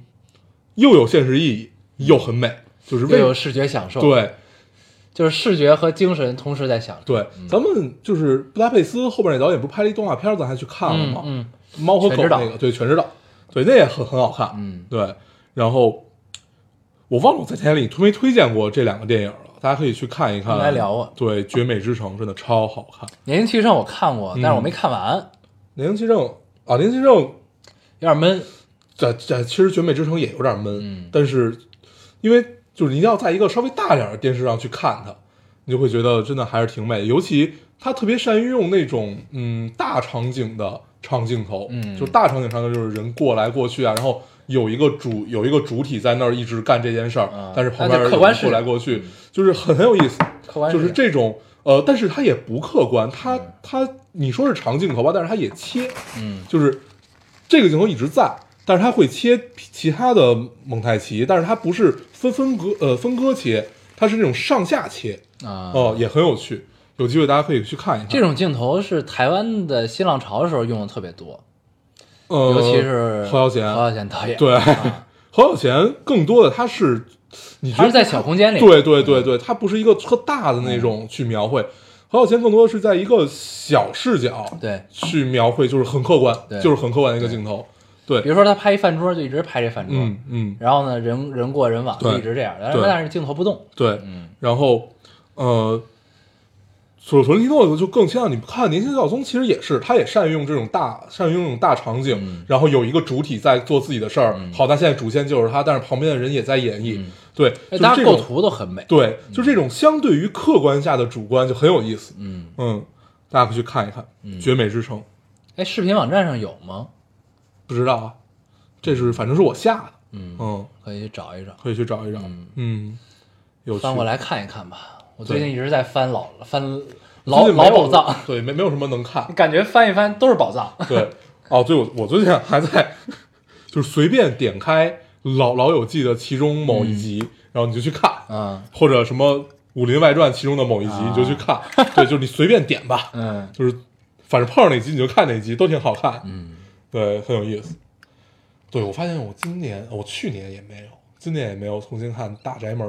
[SPEAKER 2] 又有现实意义，又很美，就是
[SPEAKER 1] 又
[SPEAKER 2] 为
[SPEAKER 1] 有视觉享受，，
[SPEAKER 2] 对
[SPEAKER 1] 就是视觉和精神同时在享受。
[SPEAKER 2] 对，咱们就是布达佩斯后边那导演不是拍了一动画片儿，咱还去看了
[SPEAKER 1] 嗯
[SPEAKER 2] 吗？
[SPEAKER 1] 嗯
[SPEAKER 2] 猫和狗
[SPEAKER 1] 全知道
[SPEAKER 2] 嗯那个，对，全知道，对，那也很很好看，
[SPEAKER 1] 嗯
[SPEAKER 2] 对。然后我忘了我在电台里推没推荐过这两个电影了，大家可以去看一看。
[SPEAKER 1] 应该聊过
[SPEAKER 2] 对，《绝美之城》真的超好看，《
[SPEAKER 1] 年轻气盛我看过，但是我
[SPEAKER 2] 嗯
[SPEAKER 1] 没看完，
[SPEAKER 2] 年轻气盛》啊，《年轻气盛》
[SPEAKER 1] 有点闷。
[SPEAKER 2] 在在其实《绝美之城》也有点闷，
[SPEAKER 1] 嗯
[SPEAKER 2] 但是因为就是你要在一个稍微大点儿的电视上去看它，你就会觉得真的还是挺美的。尤其它特别善于用那种嗯大场景的长镜头，
[SPEAKER 1] 嗯
[SPEAKER 2] 就是大场景上的就是人过来过去啊，然后有一个主有一个主体在那儿一直干这件事儿，
[SPEAKER 1] 啊
[SPEAKER 2] 但是旁
[SPEAKER 1] 那
[SPEAKER 2] 边
[SPEAKER 1] 就
[SPEAKER 2] 有
[SPEAKER 1] 客
[SPEAKER 2] 人
[SPEAKER 1] 观视
[SPEAKER 2] 过来
[SPEAKER 1] 角
[SPEAKER 2] 过去，就是很很有意思。
[SPEAKER 1] 客观嗯
[SPEAKER 2] 就是
[SPEAKER 1] 视角
[SPEAKER 2] 这种呃，但是它也不客观，它它你说是长镜头吧，但是它也切，
[SPEAKER 1] 嗯，
[SPEAKER 2] 就是这个镜头一直在，但是它会切其他的蒙太奇，但是它不是分分割呃分割切，它是那种上下切，
[SPEAKER 1] 啊，
[SPEAKER 2] 哦、也很有趣，有机会大家可以去看一看。
[SPEAKER 1] 这种镜头是台湾的新浪潮的时候用的特别多，
[SPEAKER 2] 呃，
[SPEAKER 1] 尤其是
[SPEAKER 2] 侯孝贤，
[SPEAKER 1] 侯孝贤导演，
[SPEAKER 2] 对，
[SPEAKER 1] 啊
[SPEAKER 2] 侯孝贤更多的他是你觉
[SPEAKER 1] 他
[SPEAKER 2] 得
[SPEAKER 1] 是在小空间里，嗯
[SPEAKER 2] 对对对对，它不是一个特大的那种去描绘，侯孝贤更多的是在一个小视角
[SPEAKER 1] 对
[SPEAKER 2] 去描绘，就是很客观
[SPEAKER 1] 对，
[SPEAKER 2] 就是很客观的一个镜头。
[SPEAKER 1] 比
[SPEAKER 2] 对，
[SPEAKER 1] 如说他拍一饭桌，就一直拍这饭桌，
[SPEAKER 2] 嗯嗯，
[SPEAKER 1] 然后呢，人人过人往，
[SPEAKER 2] 对
[SPEAKER 1] 就一直这样，但是
[SPEAKER 2] 对
[SPEAKER 1] 但是镜头不动，
[SPEAKER 2] 对，
[SPEAKER 1] 嗯
[SPEAKER 2] 然后呃，索索伦提诺就更倾向你看《年轻教宗》，其实也是他也善于用这种大善于用这种大场景，
[SPEAKER 1] 嗯
[SPEAKER 2] 然后有一个主体在做自己的事儿。好，那现在主线就是他，但是旁边的人也在演绎。
[SPEAKER 1] 嗯
[SPEAKER 2] 对，
[SPEAKER 1] 哎
[SPEAKER 2] 就是
[SPEAKER 1] 大家
[SPEAKER 2] 这
[SPEAKER 1] 构
[SPEAKER 2] 种
[SPEAKER 1] 图都很美，
[SPEAKER 2] 对，就这种相对于客观下的主观就很有意思。
[SPEAKER 1] 嗯，
[SPEAKER 2] 嗯，大家可以去看一看
[SPEAKER 1] 嗯
[SPEAKER 2] 《绝美之城》，
[SPEAKER 1] 哎，视频网站上有吗？
[SPEAKER 2] 不知道啊，这是反正是我下的，
[SPEAKER 1] 嗯，
[SPEAKER 2] 嗯，
[SPEAKER 1] 可以去找一找，
[SPEAKER 2] 可以去找一找，嗯，有趣
[SPEAKER 1] 翻过来看一看吧。我最
[SPEAKER 2] 对
[SPEAKER 1] 近一直在翻老翻
[SPEAKER 2] 最
[SPEAKER 1] 老
[SPEAKER 2] 近没
[SPEAKER 1] 老
[SPEAKER 2] 有
[SPEAKER 1] 宝藏，，
[SPEAKER 2] 对，没没有什么能看，
[SPEAKER 1] 感觉翻一翻都是宝藏。
[SPEAKER 2] 对，哦，对，我我最近还在就是随便点开《老老友记》的其中某一集，然后你就去看，
[SPEAKER 1] 嗯
[SPEAKER 2] 或者什么《武林外传》其中的某一集，
[SPEAKER 1] 啊
[SPEAKER 2] 你就去看，对，就是你随便点吧，
[SPEAKER 1] 嗯
[SPEAKER 2] 就是反正碰上哪集你就看哪集，都挺好看，
[SPEAKER 1] 嗯，
[SPEAKER 2] 对，很有意思。对，我发现我今年，我去年也没有，今年也没有重新看《大宅门》。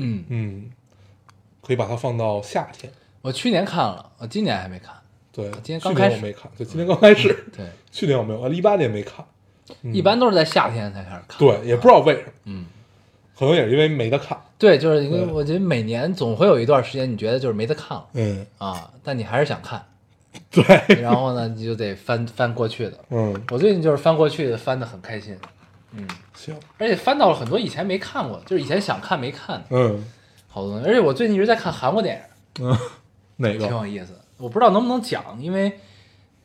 [SPEAKER 1] 嗯，
[SPEAKER 2] 嗯，可以把它放到夏天。
[SPEAKER 1] 我去年看了，我今年还没看。
[SPEAKER 2] 对，
[SPEAKER 1] 啊今年
[SPEAKER 2] 去
[SPEAKER 1] 刚
[SPEAKER 2] 年
[SPEAKER 1] 开
[SPEAKER 2] 我
[SPEAKER 1] 始嗯
[SPEAKER 2] 没看，对，今年刚开始，
[SPEAKER 1] 对，
[SPEAKER 2] 去年我没有，呃，一八年没看。嗯
[SPEAKER 1] 一般都是在夏天才开始看。
[SPEAKER 2] 对，也不知道为什么，
[SPEAKER 1] 嗯，
[SPEAKER 2] 可能也是因为没得看。
[SPEAKER 1] 对，就是因为
[SPEAKER 2] 对
[SPEAKER 1] 我觉得每年总会有一段时间，你觉得就是没得看了
[SPEAKER 2] 嗯，
[SPEAKER 1] 啊，但你还是想 看，
[SPEAKER 2] 对，
[SPEAKER 1] 然后呢，你就得翻翻过去的。
[SPEAKER 2] 嗯，
[SPEAKER 1] 我最近就是翻过去的，翻的很开心，
[SPEAKER 2] 行，
[SPEAKER 1] 而且翻到了很多以前没看过，就是以前想看没看的
[SPEAKER 2] 嗯
[SPEAKER 1] 好多东西。而且我最近一直在看韩国电影，
[SPEAKER 2] 嗯，哪
[SPEAKER 1] 挺
[SPEAKER 2] 个
[SPEAKER 1] 有
[SPEAKER 2] 啊
[SPEAKER 1] 意思的。我不知道能不能讲，因为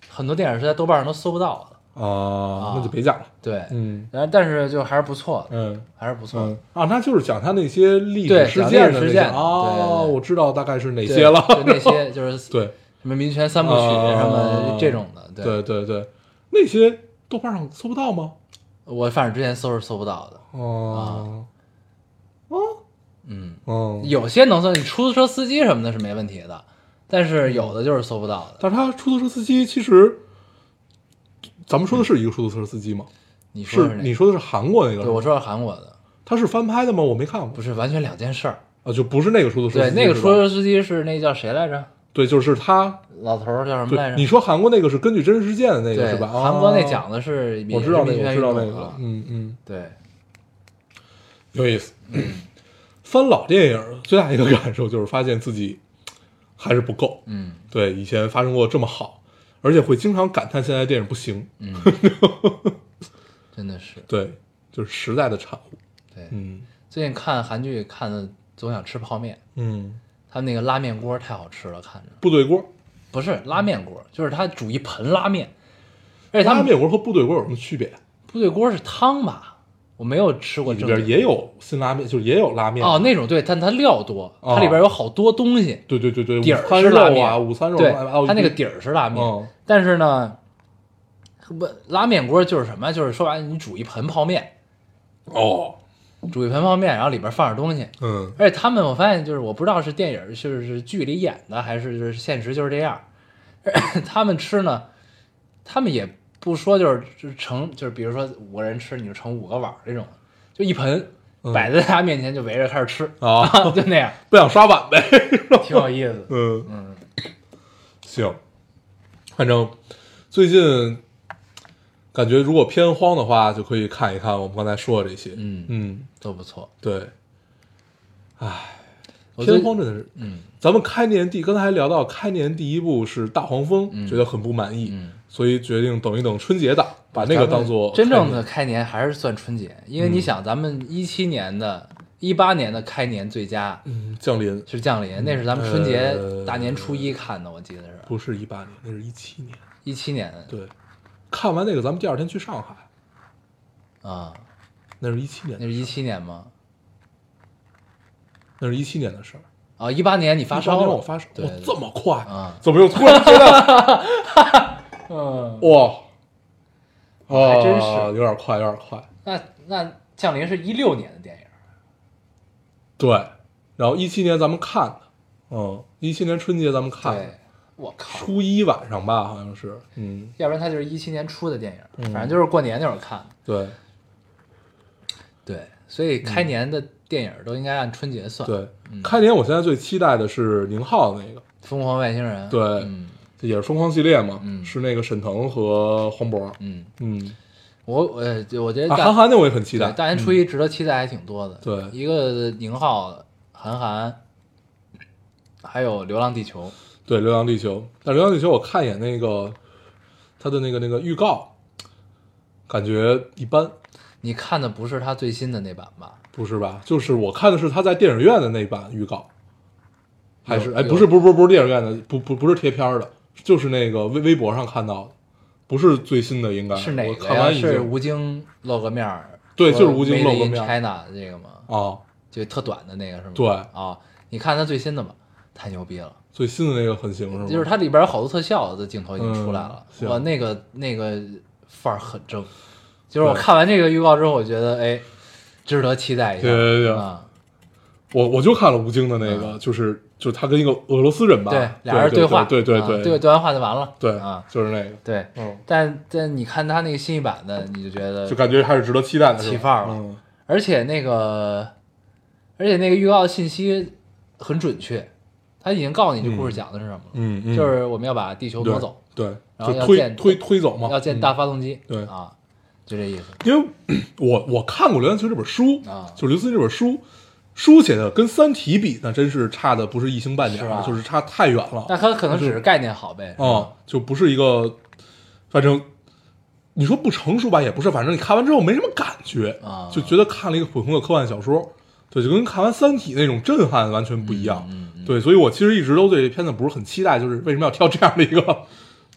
[SPEAKER 1] 很多电影是在豆瓣上都搜不到的。
[SPEAKER 2] 啊？那就别讲了。
[SPEAKER 1] 对，
[SPEAKER 2] 嗯
[SPEAKER 1] 然后但是就还是不错的，
[SPEAKER 2] 嗯
[SPEAKER 1] 还哎是不错的
[SPEAKER 2] 嗯。啊，那就是讲他那些历
[SPEAKER 1] 对
[SPEAKER 2] 史事
[SPEAKER 1] 讲
[SPEAKER 2] 件
[SPEAKER 1] 历史
[SPEAKER 2] 的那
[SPEAKER 1] 事
[SPEAKER 2] 些
[SPEAKER 1] 件对
[SPEAKER 2] 哦，
[SPEAKER 1] 对对
[SPEAKER 2] 我知道大概是哪
[SPEAKER 1] 对
[SPEAKER 2] 些了。
[SPEAKER 1] 就那些就是什
[SPEAKER 2] 对
[SPEAKER 1] 么《民权三部曲》
[SPEAKER 2] 啊
[SPEAKER 1] 什么这种的。
[SPEAKER 2] 对对对，那些豆瓣上搜不到吗？
[SPEAKER 1] 我反正之前搜是搜不到的。
[SPEAKER 2] 哦，
[SPEAKER 1] 嗯，
[SPEAKER 2] 哦，
[SPEAKER 1] 有些能搜，你出租车司机什么的是没问题的，但是有的就是搜不到的。
[SPEAKER 2] 但是他出租车司机其实，咱们说的是一个出租车司机吗？
[SPEAKER 1] 你说
[SPEAKER 2] 是
[SPEAKER 1] 那
[SPEAKER 2] 你说的是韩国那个
[SPEAKER 1] 对，
[SPEAKER 2] 是吗？
[SPEAKER 1] 我说是韩国的，
[SPEAKER 2] 他是翻拍的吗？我没看过，
[SPEAKER 1] 不是完全两件事儿。
[SPEAKER 2] 啊，就不是那个出租车
[SPEAKER 1] 对，
[SPEAKER 2] 司机。
[SPEAKER 1] 那个
[SPEAKER 2] 是
[SPEAKER 1] 出
[SPEAKER 2] 吧
[SPEAKER 1] 租车司机是那叫谁来着？
[SPEAKER 2] 对，就是他。
[SPEAKER 1] 老头儿叫什么来
[SPEAKER 2] 对，你
[SPEAKER 1] 着？
[SPEAKER 2] 说韩国那个是根据真实事件的那个
[SPEAKER 1] 对，
[SPEAKER 2] 是吧？
[SPEAKER 1] 韩国那
[SPEAKER 2] 啊
[SPEAKER 1] 讲的是也
[SPEAKER 2] 我
[SPEAKER 1] 是
[SPEAKER 2] 知道那
[SPEAKER 1] 民
[SPEAKER 2] 个，我
[SPEAKER 1] 权
[SPEAKER 2] 知道
[SPEAKER 1] 运
[SPEAKER 2] 那
[SPEAKER 1] 动
[SPEAKER 2] 个了
[SPEAKER 1] 啊。
[SPEAKER 2] 嗯嗯，
[SPEAKER 1] 对，
[SPEAKER 2] 有意思。翻老电影最大一个感受就是发现自己还是不够。
[SPEAKER 1] 嗯
[SPEAKER 2] 对，以前发生过这么好，而且会经常感叹现在电影不行。
[SPEAKER 1] 嗯，真的是。
[SPEAKER 2] 对，就是时代的产物。
[SPEAKER 1] 对，
[SPEAKER 2] 嗯
[SPEAKER 1] 最近看韩剧看的总想吃泡面，
[SPEAKER 2] 嗯，
[SPEAKER 1] 他们那个拉面锅太好吃了，看着
[SPEAKER 2] 部队锅，
[SPEAKER 1] 不是拉面锅，就是他煮一盆拉面，而且他
[SPEAKER 2] 拉
[SPEAKER 1] 们
[SPEAKER 2] 面锅和部队锅有什么区别？
[SPEAKER 1] 部队锅是汤吧，我没有吃过
[SPEAKER 2] 里
[SPEAKER 1] 正
[SPEAKER 2] 边
[SPEAKER 1] 经
[SPEAKER 2] 也有辛拉面，就是也有拉面。
[SPEAKER 1] 哦，那种对，但它料多，
[SPEAKER 2] 哦
[SPEAKER 1] 它里边有好多东西，
[SPEAKER 2] 对对对对，
[SPEAKER 1] 底
[SPEAKER 2] 午
[SPEAKER 1] 儿
[SPEAKER 2] 餐
[SPEAKER 1] 是拉
[SPEAKER 2] 肉啊，
[SPEAKER 1] 面，
[SPEAKER 2] 午餐肉
[SPEAKER 1] 对
[SPEAKER 2] 啊啊，
[SPEAKER 1] 它那个底儿是拉面
[SPEAKER 2] 嗯，
[SPEAKER 1] 但是呢，不拉面锅就是什么，就是说白了，你煮一盆泡面，
[SPEAKER 2] 哦，
[SPEAKER 1] 煮一盆泡面，然后里边放点东西，
[SPEAKER 2] 嗯
[SPEAKER 1] 而且他们我发现就是我不知道是电影是是剧里演的还是就是现实就是这样， 他们吃呢，他们也不说就是就是盛就是比如说五个人吃你就盛五个碗儿这种，就一盆
[SPEAKER 2] 嗯
[SPEAKER 1] 摆在他面前就围着开始 吃，
[SPEAKER 2] 啊，
[SPEAKER 1] 就那样，
[SPEAKER 2] 不想刷碗呗。
[SPEAKER 1] 挺有意思的。
[SPEAKER 2] 嗯
[SPEAKER 1] 嗯，
[SPEAKER 2] 行，反正最近感觉如果偏荒的话，就可以看一看我们刚才说的这些。
[SPEAKER 1] 嗯
[SPEAKER 2] 嗯，
[SPEAKER 1] 都不错。
[SPEAKER 2] 对。
[SPEAKER 1] 我最
[SPEAKER 2] 偏荒真的是，
[SPEAKER 1] 嗯，
[SPEAKER 2] 咱们开年第刚才还聊到开年第一部是大黄蜂，觉得很不满意，
[SPEAKER 1] 嗯
[SPEAKER 2] 所以决定等一等春节档，把那个当做
[SPEAKER 1] 真正的
[SPEAKER 2] 开
[SPEAKER 1] 开
[SPEAKER 2] 年嗯
[SPEAKER 1] 年还是算春节，因为你想，咱们一七年的、一八年的开年最佳
[SPEAKER 2] 嗯降临，
[SPEAKER 1] 是《降临》，那是咱们春节
[SPEAKER 2] 呃
[SPEAKER 1] 大年初一看的，我记得是
[SPEAKER 2] 不是一八年，那是一七年。
[SPEAKER 1] 一七年的
[SPEAKER 2] 对，看完那个，咱们第二天去上海，
[SPEAKER 1] 啊，
[SPEAKER 2] 那是一七年
[SPEAKER 1] 那，是一七年吗？
[SPEAKER 2] 那是一七年的事儿。
[SPEAKER 1] 啊，一八年你发烧
[SPEAKER 2] 18年
[SPEAKER 1] 了，
[SPEAKER 2] 我发烧，
[SPEAKER 1] 对
[SPEAKER 2] 哇，
[SPEAKER 1] 对
[SPEAKER 2] 这么快
[SPEAKER 1] 啊
[SPEAKER 2] 怎么又 突然觉得
[SPEAKER 1] 嗯，
[SPEAKER 2] 哇？哦，
[SPEAKER 1] 还真是
[SPEAKER 2] 有点快，有点快。
[SPEAKER 1] 那那《降临》是一六年的电影，
[SPEAKER 2] 对，然后一七年咱们看的，嗯，一七年春节咱们看的
[SPEAKER 1] 对，，我靠，
[SPEAKER 2] 初一晚上吧，好像是，嗯，
[SPEAKER 1] 要不然它就是一七年出的电影，
[SPEAKER 2] 嗯
[SPEAKER 1] 反正就是过年那会儿看的。
[SPEAKER 2] 对
[SPEAKER 1] 对，所以开年的电影都应该按春节算。，
[SPEAKER 2] 嗯
[SPEAKER 1] 嗯
[SPEAKER 2] 对。开年我现在最期待的是宁浩那个，
[SPEAKER 1] 《疯狂外星人》
[SPEAKER 2] 对
[SPEAKER 1] 嗯
[SPEAKER 2] 这也是疯狂系列嘛，
[SPEAKER 1] 嗯
[SPEAKER 2] 是那个沈腾和黄渤，
[SPEAKER 1] 嗯，
[SPEAKER 2] 嗯，
[SPEAKER 1] 我呃，就我觉得
[SPEAKER 2] 啊，
[SPEAKER 1] 大
[SPEAKER 2] 韩寒那我也很期
[SPEAKER 1] 对
[SPEAKER 2] 待，嗯
[SPEAKER 1] 大年初一值得期待还挺多的。
[SPEAKER 2] 对
[SPEAKER 1] 一个宁浩、韩寒，还有《流浪地球》，
[SPEAKER 2] 对《流浪地球》，但《流浪地球》我看一眼那个它的那个那个预告，感觉一般，
[SPEAKER 1] 你看的不是他最新的那版吧？
[SPEAKER 2] 不是吧？就是我看的是他在电影院的那版预告，还是
[SPEAKER 1] 有
[SPEAKER 2] 哎
[SPEAKER 1] 有
[SPEAKER 2] 不是不是不是不是电影院的，不不不是贴片儿的，就是那个微微博上看到的，不是最新的，应该
[SPEAKER 1] 是哪
[SPEAKER 2] 我
[SPEAKER 1] 个
[SPEAKER 2] 看
[SPEAKER 1] 呀？
[SPEAKER 2] 完已
[SPEAKER 1] 是
[SPEAKER 2] 经
[SPEAKER 1] 吴京露个面儿，
[SPEAKER 2] 对
[SPEAKER 1] 说
[SPEAKER 2] 就是吴京露个
[SPEAKER 1] Made in
[SPEAKER 2] 面儿
[SPEAKER 1] China 的这个吗？
[SPEAKER 2] 啊
[SPEAKER 1] 就特短的那个是吗？
[SPEAKER 2] 对
[SPEAKER 1] 啊，你看他最新的吧，太牛逼了！
[SPEAKER 2] 最新的那个很行是吗？
[SPEAKER 1] 就是它里边有好多特效的镜头已经出来了，
[SPEAKER 2] 嗯嗯行
[SPEAKER 1] 哇，那个那个范儿很正。就是我
[SPEAKER 2] 对
[SPEAKER 1] 看完这个预告之后，我觉得哎，值得期待一下。
[SPEAKER 2] 对对对
[SPEAKER 1] 啊，
[SPEAKER 2] 我我就看了吴京的那个，就是就是他跟一个俄罗斯人吧，
[SPEAKER 1] 嗯对，俩人
[SPEAKER 2] 对
[SPEAKER 1] 话，
[SPEAKER 2] 对对
[SPEAKER 1] 啊
[SPEAKER 2] 对
[SPEAKER 1] 对对完话就完了。
[SPEAKER 2] 对
[SPEAKER 1] 啊，
[SPEAKER 2] 就是那个，
[SPEAKER 1] 对。
[SPEAKER 2] 嗯，
[SPEAKER 1] 但但你看他那个新一版的，你就觉得
[SPEAKER 2] 呃就感觉还是值得期待的，是吧
[SPEAKER 1] 起范儿了
[SPEAKER 2] 嗯
[SPEAKER 1] 而且那个，而且那个预告信息很准确，他已经告诉你这故事讲的是什么了，
[SPEAKER 2] 嗯嗯，
[SPEAKER 1] 就是我们要把地球
[SPEAKER 2] 对
[SPEAKER 1] 挪走，
[SPEAKER 2] 对，
[SPEAKER 1] 然后
[SPEAKER 2] 就
[SPEAKER 1] 要
[SPEAKER 2] 推
[SPEAKER 1] 建
[SPEAKER 2] 推推走嘛，
[SPEAKER 1] 要建大发动机，
[SPEAKER 2] 对
[SPEAKER 1] 啊，就这意思。
[SPEAKER 2] 因为我我看过《流浪地球》这本书
[SPEAKER 1] 啊
[SPEAKER 2] 就是刘慈欣这本书，书写的跟《三体》比，那真是差的不是一星半点
[SPEAKER 1] 是吧
[SPEAKER 2] 儿，就是差太远了。
[SPEAKER 1] 那他可能只是概念好呗，
[SPEAKER 2] 啊、就不是一个，反正你说不成熟吧，也不是，反正你看完之后没什么感觉
[SPEAKER 1] 啊
[SPEAKER 2] 就觉得看了一个普通的科幻小说，对，就跟看完《三体》那种震撼完全不一样。
[SPEAKER 1] 嗯
[SPEAKER 2] 对，所以我其实一直都对这片子不是很期待，就是为什么要挑这样的一个，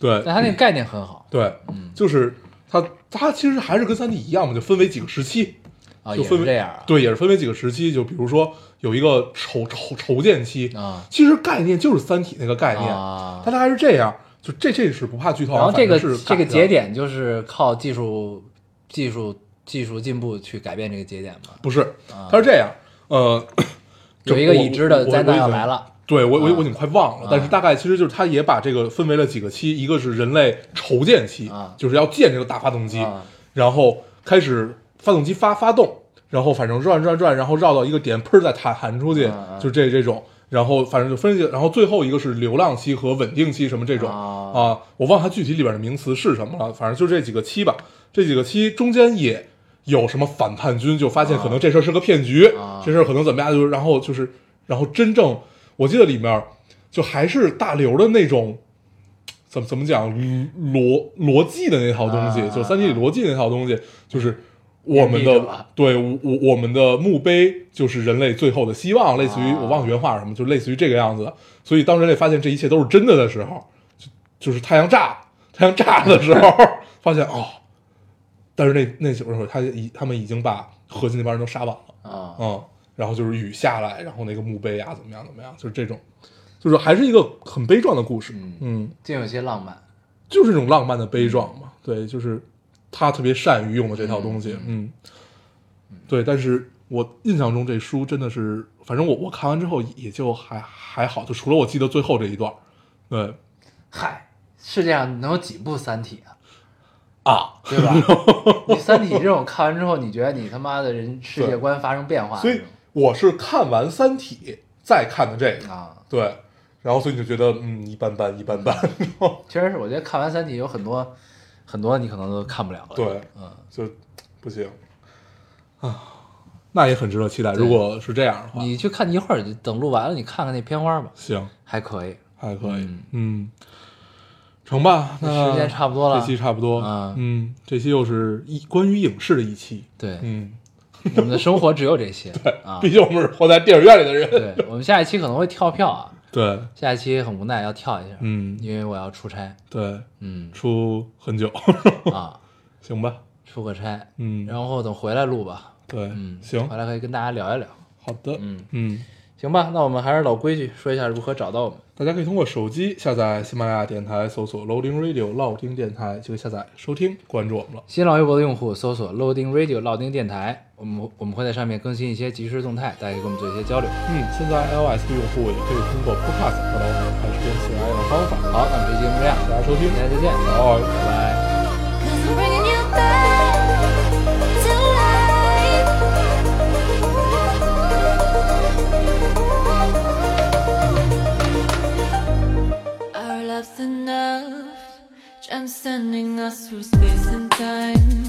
[SPEAKER 2] 对，
[SPEAKER 1] 但他那个概念很好
[SPEAKER 2] 对，
[SPEAKER 1] 嗯
[SPEAKER 2] 就是它它其实还是跟《三体》一样嘛，就分为几个时期，
[SPEAKER 1] 啊，
[SPEAKER 2] 嗯就
[SPEAKER 1] 也
[SPEAKER 2] 分
[SPEAKER 1] 是
[SPEAKER 2] 为
[SPEAKER 1] 这样啊，
[SPEAKER 2] 对，也是分为几个时期，就比如说有一个筹筹筹建期
[SPEAKER 1] 啊
[SPEAKER 2] 其实概念就是《三体》那个概念，
[SPEAKER 1] 啊
[SPEAKER 2] 它大概是这样，就这这是不怕剧透啊，
[SPEAKER 1] 然后这个
[SPEAKER 2] 反正是
[SPEAKER 1] 这个
[SPEAKER 2] 改的
[SPEAKER 1] 节点就是靠技术技术技术进步去改变这个节点嘛，
[SPEAKER 2] 不是，它是这样，呃，
[SPEAKER 1] 啊有
[SPEAKER 2] 就
[SPEAKER 1] 一个
[SPEAKER 2] 我
[SPEAKER 1] 已知的
[SPEAKER 2] 我
[SPEAKER 1] 灾难
[SPEAKER 2] 我已
[SPEAKER 1] 要
[SPEAKER 2] 经
[SPEAKER 1] 来了，
[SPEAKER 2] 对我我
[SPEAKER 1] 啊
[SPEAKER 2] 我已经快忘了，但是大概其实就是它也把这个分为了几个期，一个是人类筹建期
[SPEAKER 1] 啊，
[SPEAKER 2] 就是要建这个大发动机
[SPEAKER 1] 啊，
[SPEAKER 2] 然后开始发动机发发动，然后反正转转转，然后绕到一个点，砰儿再弹弹出去
[SPEAKER 1] 啊啊，
[SPEAKER 2] 就这这种。然后反正就分析，然后最后一个是流浪期和稳定期什么这种
[SPEAKER 1] 啊
[SPEAKER 2] 啊，我忘了它具体里边的名词是什么了，反正就这几个期吧。这几个期中间也有什么反叛军就发现可能这事儿是个骗局，
[SPEAKER 1] 啊
[SPEAKER 2] 这事儿可能怎么样，就是然后就是然后真正我记得里面就还是大刘的那种。怎么怎么讲逻逻辑的那套东西，
[SPEAKER 1] 啊
[SPEAKER 2] 就三体里逻辑那套东西，就是我们的
[SPEAKER 1] 隐蔽者
[SPEAKER 2] 对我我我们的墓碑就是人类最后的希望，类似于
[SPEAKER 1] 啊
[SPEAKER 2] 我忘了原话是什么，就类似于这个样子的。所以当人类发现这一切都是真的的时候，就就是太阳炸 太阳炸的时候， 发现哦，但是那那时候他已他们已经把核心那帮人都杀完了，
[SPEAKER 1] 啊
[SPEAKER 2] 嗯，然后就是雨下来，然后那个墓碑啊怎么样怎么样，就是这种，就是还是一个很悲壮的故事，
[SPEAKER 1] 嗯
[SPEAKER 2] 嗯
[SPEAKER 1] 竟有些浪漫。
[SPEAKER 2] 就是这种浪漫的悲壮嘛。对，就是他特别善于用的这套东西，嗯，对。但是我印象中这书真的是，反正我我看完之后也就还还好，就除了我记得最后这一段，对
[SPEAKER 1] 嗨，世界上能有几部《三体》啊？
[SPEAKER 2] 啊，
[SPEAKER 1] 对吧？ 你《三体》这种看完之后，你觉得你他妈的人世界观发生变化
[SPEAKER 2] 所
[SPEAKER 1] 这
[SPEAKER 2] 以
[SPEAKER 1] 种，
[SPEAKER 2] 我是看完《三体》再看的这个，
[SPEAKER 1] 啊，
[SPEAKER 2] 对。然后，所以你就觉得，嗯，一般般，一般般。
[SPEAKER 1] 确实是，我觉得看完《三体》有很多很多你可能都看不了了。
[SPEAKER 2] 对，
[SPEAKER 1] 嗯，
[SPEAKER 2] 就不行啊，那也很值得期待。
[SPEAKER 1] 对
[SPEAKER 2] 如果是这样的话，
[SPEAKER 1] 你去看一会儿，等录完了你看看那片花吧，
[SPEAKER 2] 行，
[SPEAKER 1] 还可以。
[SPEAKER 2] 还可以
[SPEAKER 1] 嗯，
[SPEAKER 2] 嗯，成吧，那
[SPEAKER 1] 时间差不多了
[SPEAKER 2] 这期差不多，
[SPEAKER 1] 啊
[SPEAKER 2] 嗯，这期又是一关于影视的一期，
[SPEAKER 1] 对，
[SPEAKER 2] 嗯，
[SPEAKER 1] 我们的生活只有这 些啊
[SPEAKER 2] 毕。竟我们是活在电影院里的 人，
[SPEAKER 1] 对，我们下一期可能会跳票啊，
[SPEAKER 2] 对，
[SPEAKER 1] 下一期很无奈要跳一下，
[SPEAKER 2] 嗯，
[SPEAKER 1] 因为我要出差。
[SPEAKER 2] 对，
[SPEAKER 1] 嗯
[SPEAKER 2] 出很久，
[SPEAKER 1] 啊，
[SPEAKER 2] 行吧，
[SPEAKER 1] 出个差，
[SPEAKER 2] 嗯，
[SPEAKER 1] 然后等回来录吧。
[SPEAKER 2] 对，
[SPEAKER 1] 嗯，
[SPEAKER 2] 行
[SPEAKER 1] 回，来可以跟大家聊一聊。
[SPEAKER 2] 好的，
[SPEAKER 1] 嗯
[SPEAKER 2] 嗯，
[SPEAKER 1] 行吧，那我们还是老规矩，说一下如何找到我们。
[SPEAKER 2] 大家可以通过手机下载喜马拉雅电台，搜索 Loading Radio 老丁电台就可以下载收听，关注我们了。
[SPEAKER 1] 新浪微博的用户搜索 Loading Radio 老丁电台，我们我们会在上面更新一些即时动态，大家可以跟我们做一些交流。
[SPEAKER 2] 嗯，现在 iOS 的用户也可以通过 Podcast 找到我们，还是用喜马拉雅的方法。
[SPEAKER 1] 好，那我们这期节目这样，
[SPEAKER 2] 大家收听，
[SPEAKER 1] 大家再见，
[SPEAKER 2] 好。
[SPEAKER 1] 拜拜。
[SPEAKER 3] Cause I'm bringing you back to life. Our love's enough, transcending us through space and time.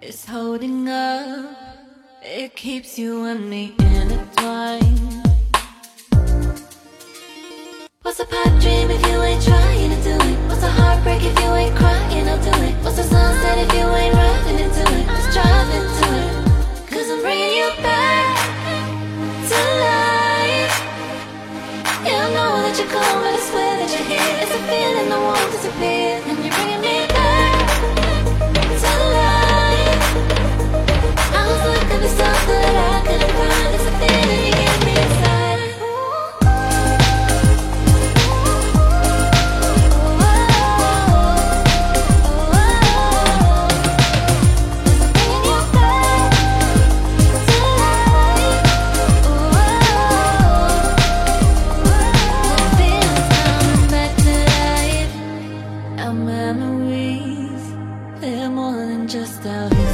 [SPEAKER 3] It's holding up, it keeps you and me intertwined. What's a pipe dream if you ain't trying to do it? What's a heartbreak if you ain't crying? I'll do it. What's a sunset if you ain't riding into it? Just drive into it. Cause I'm bringing you back to life. Yeah, I know that you're gone, but I swear that you're here. It's a feeling that won't disappear. And you're bringing me back to life. I was looking for something that I couldn't find. It's a feeling you give me inside. Just out here. Mm-hmm.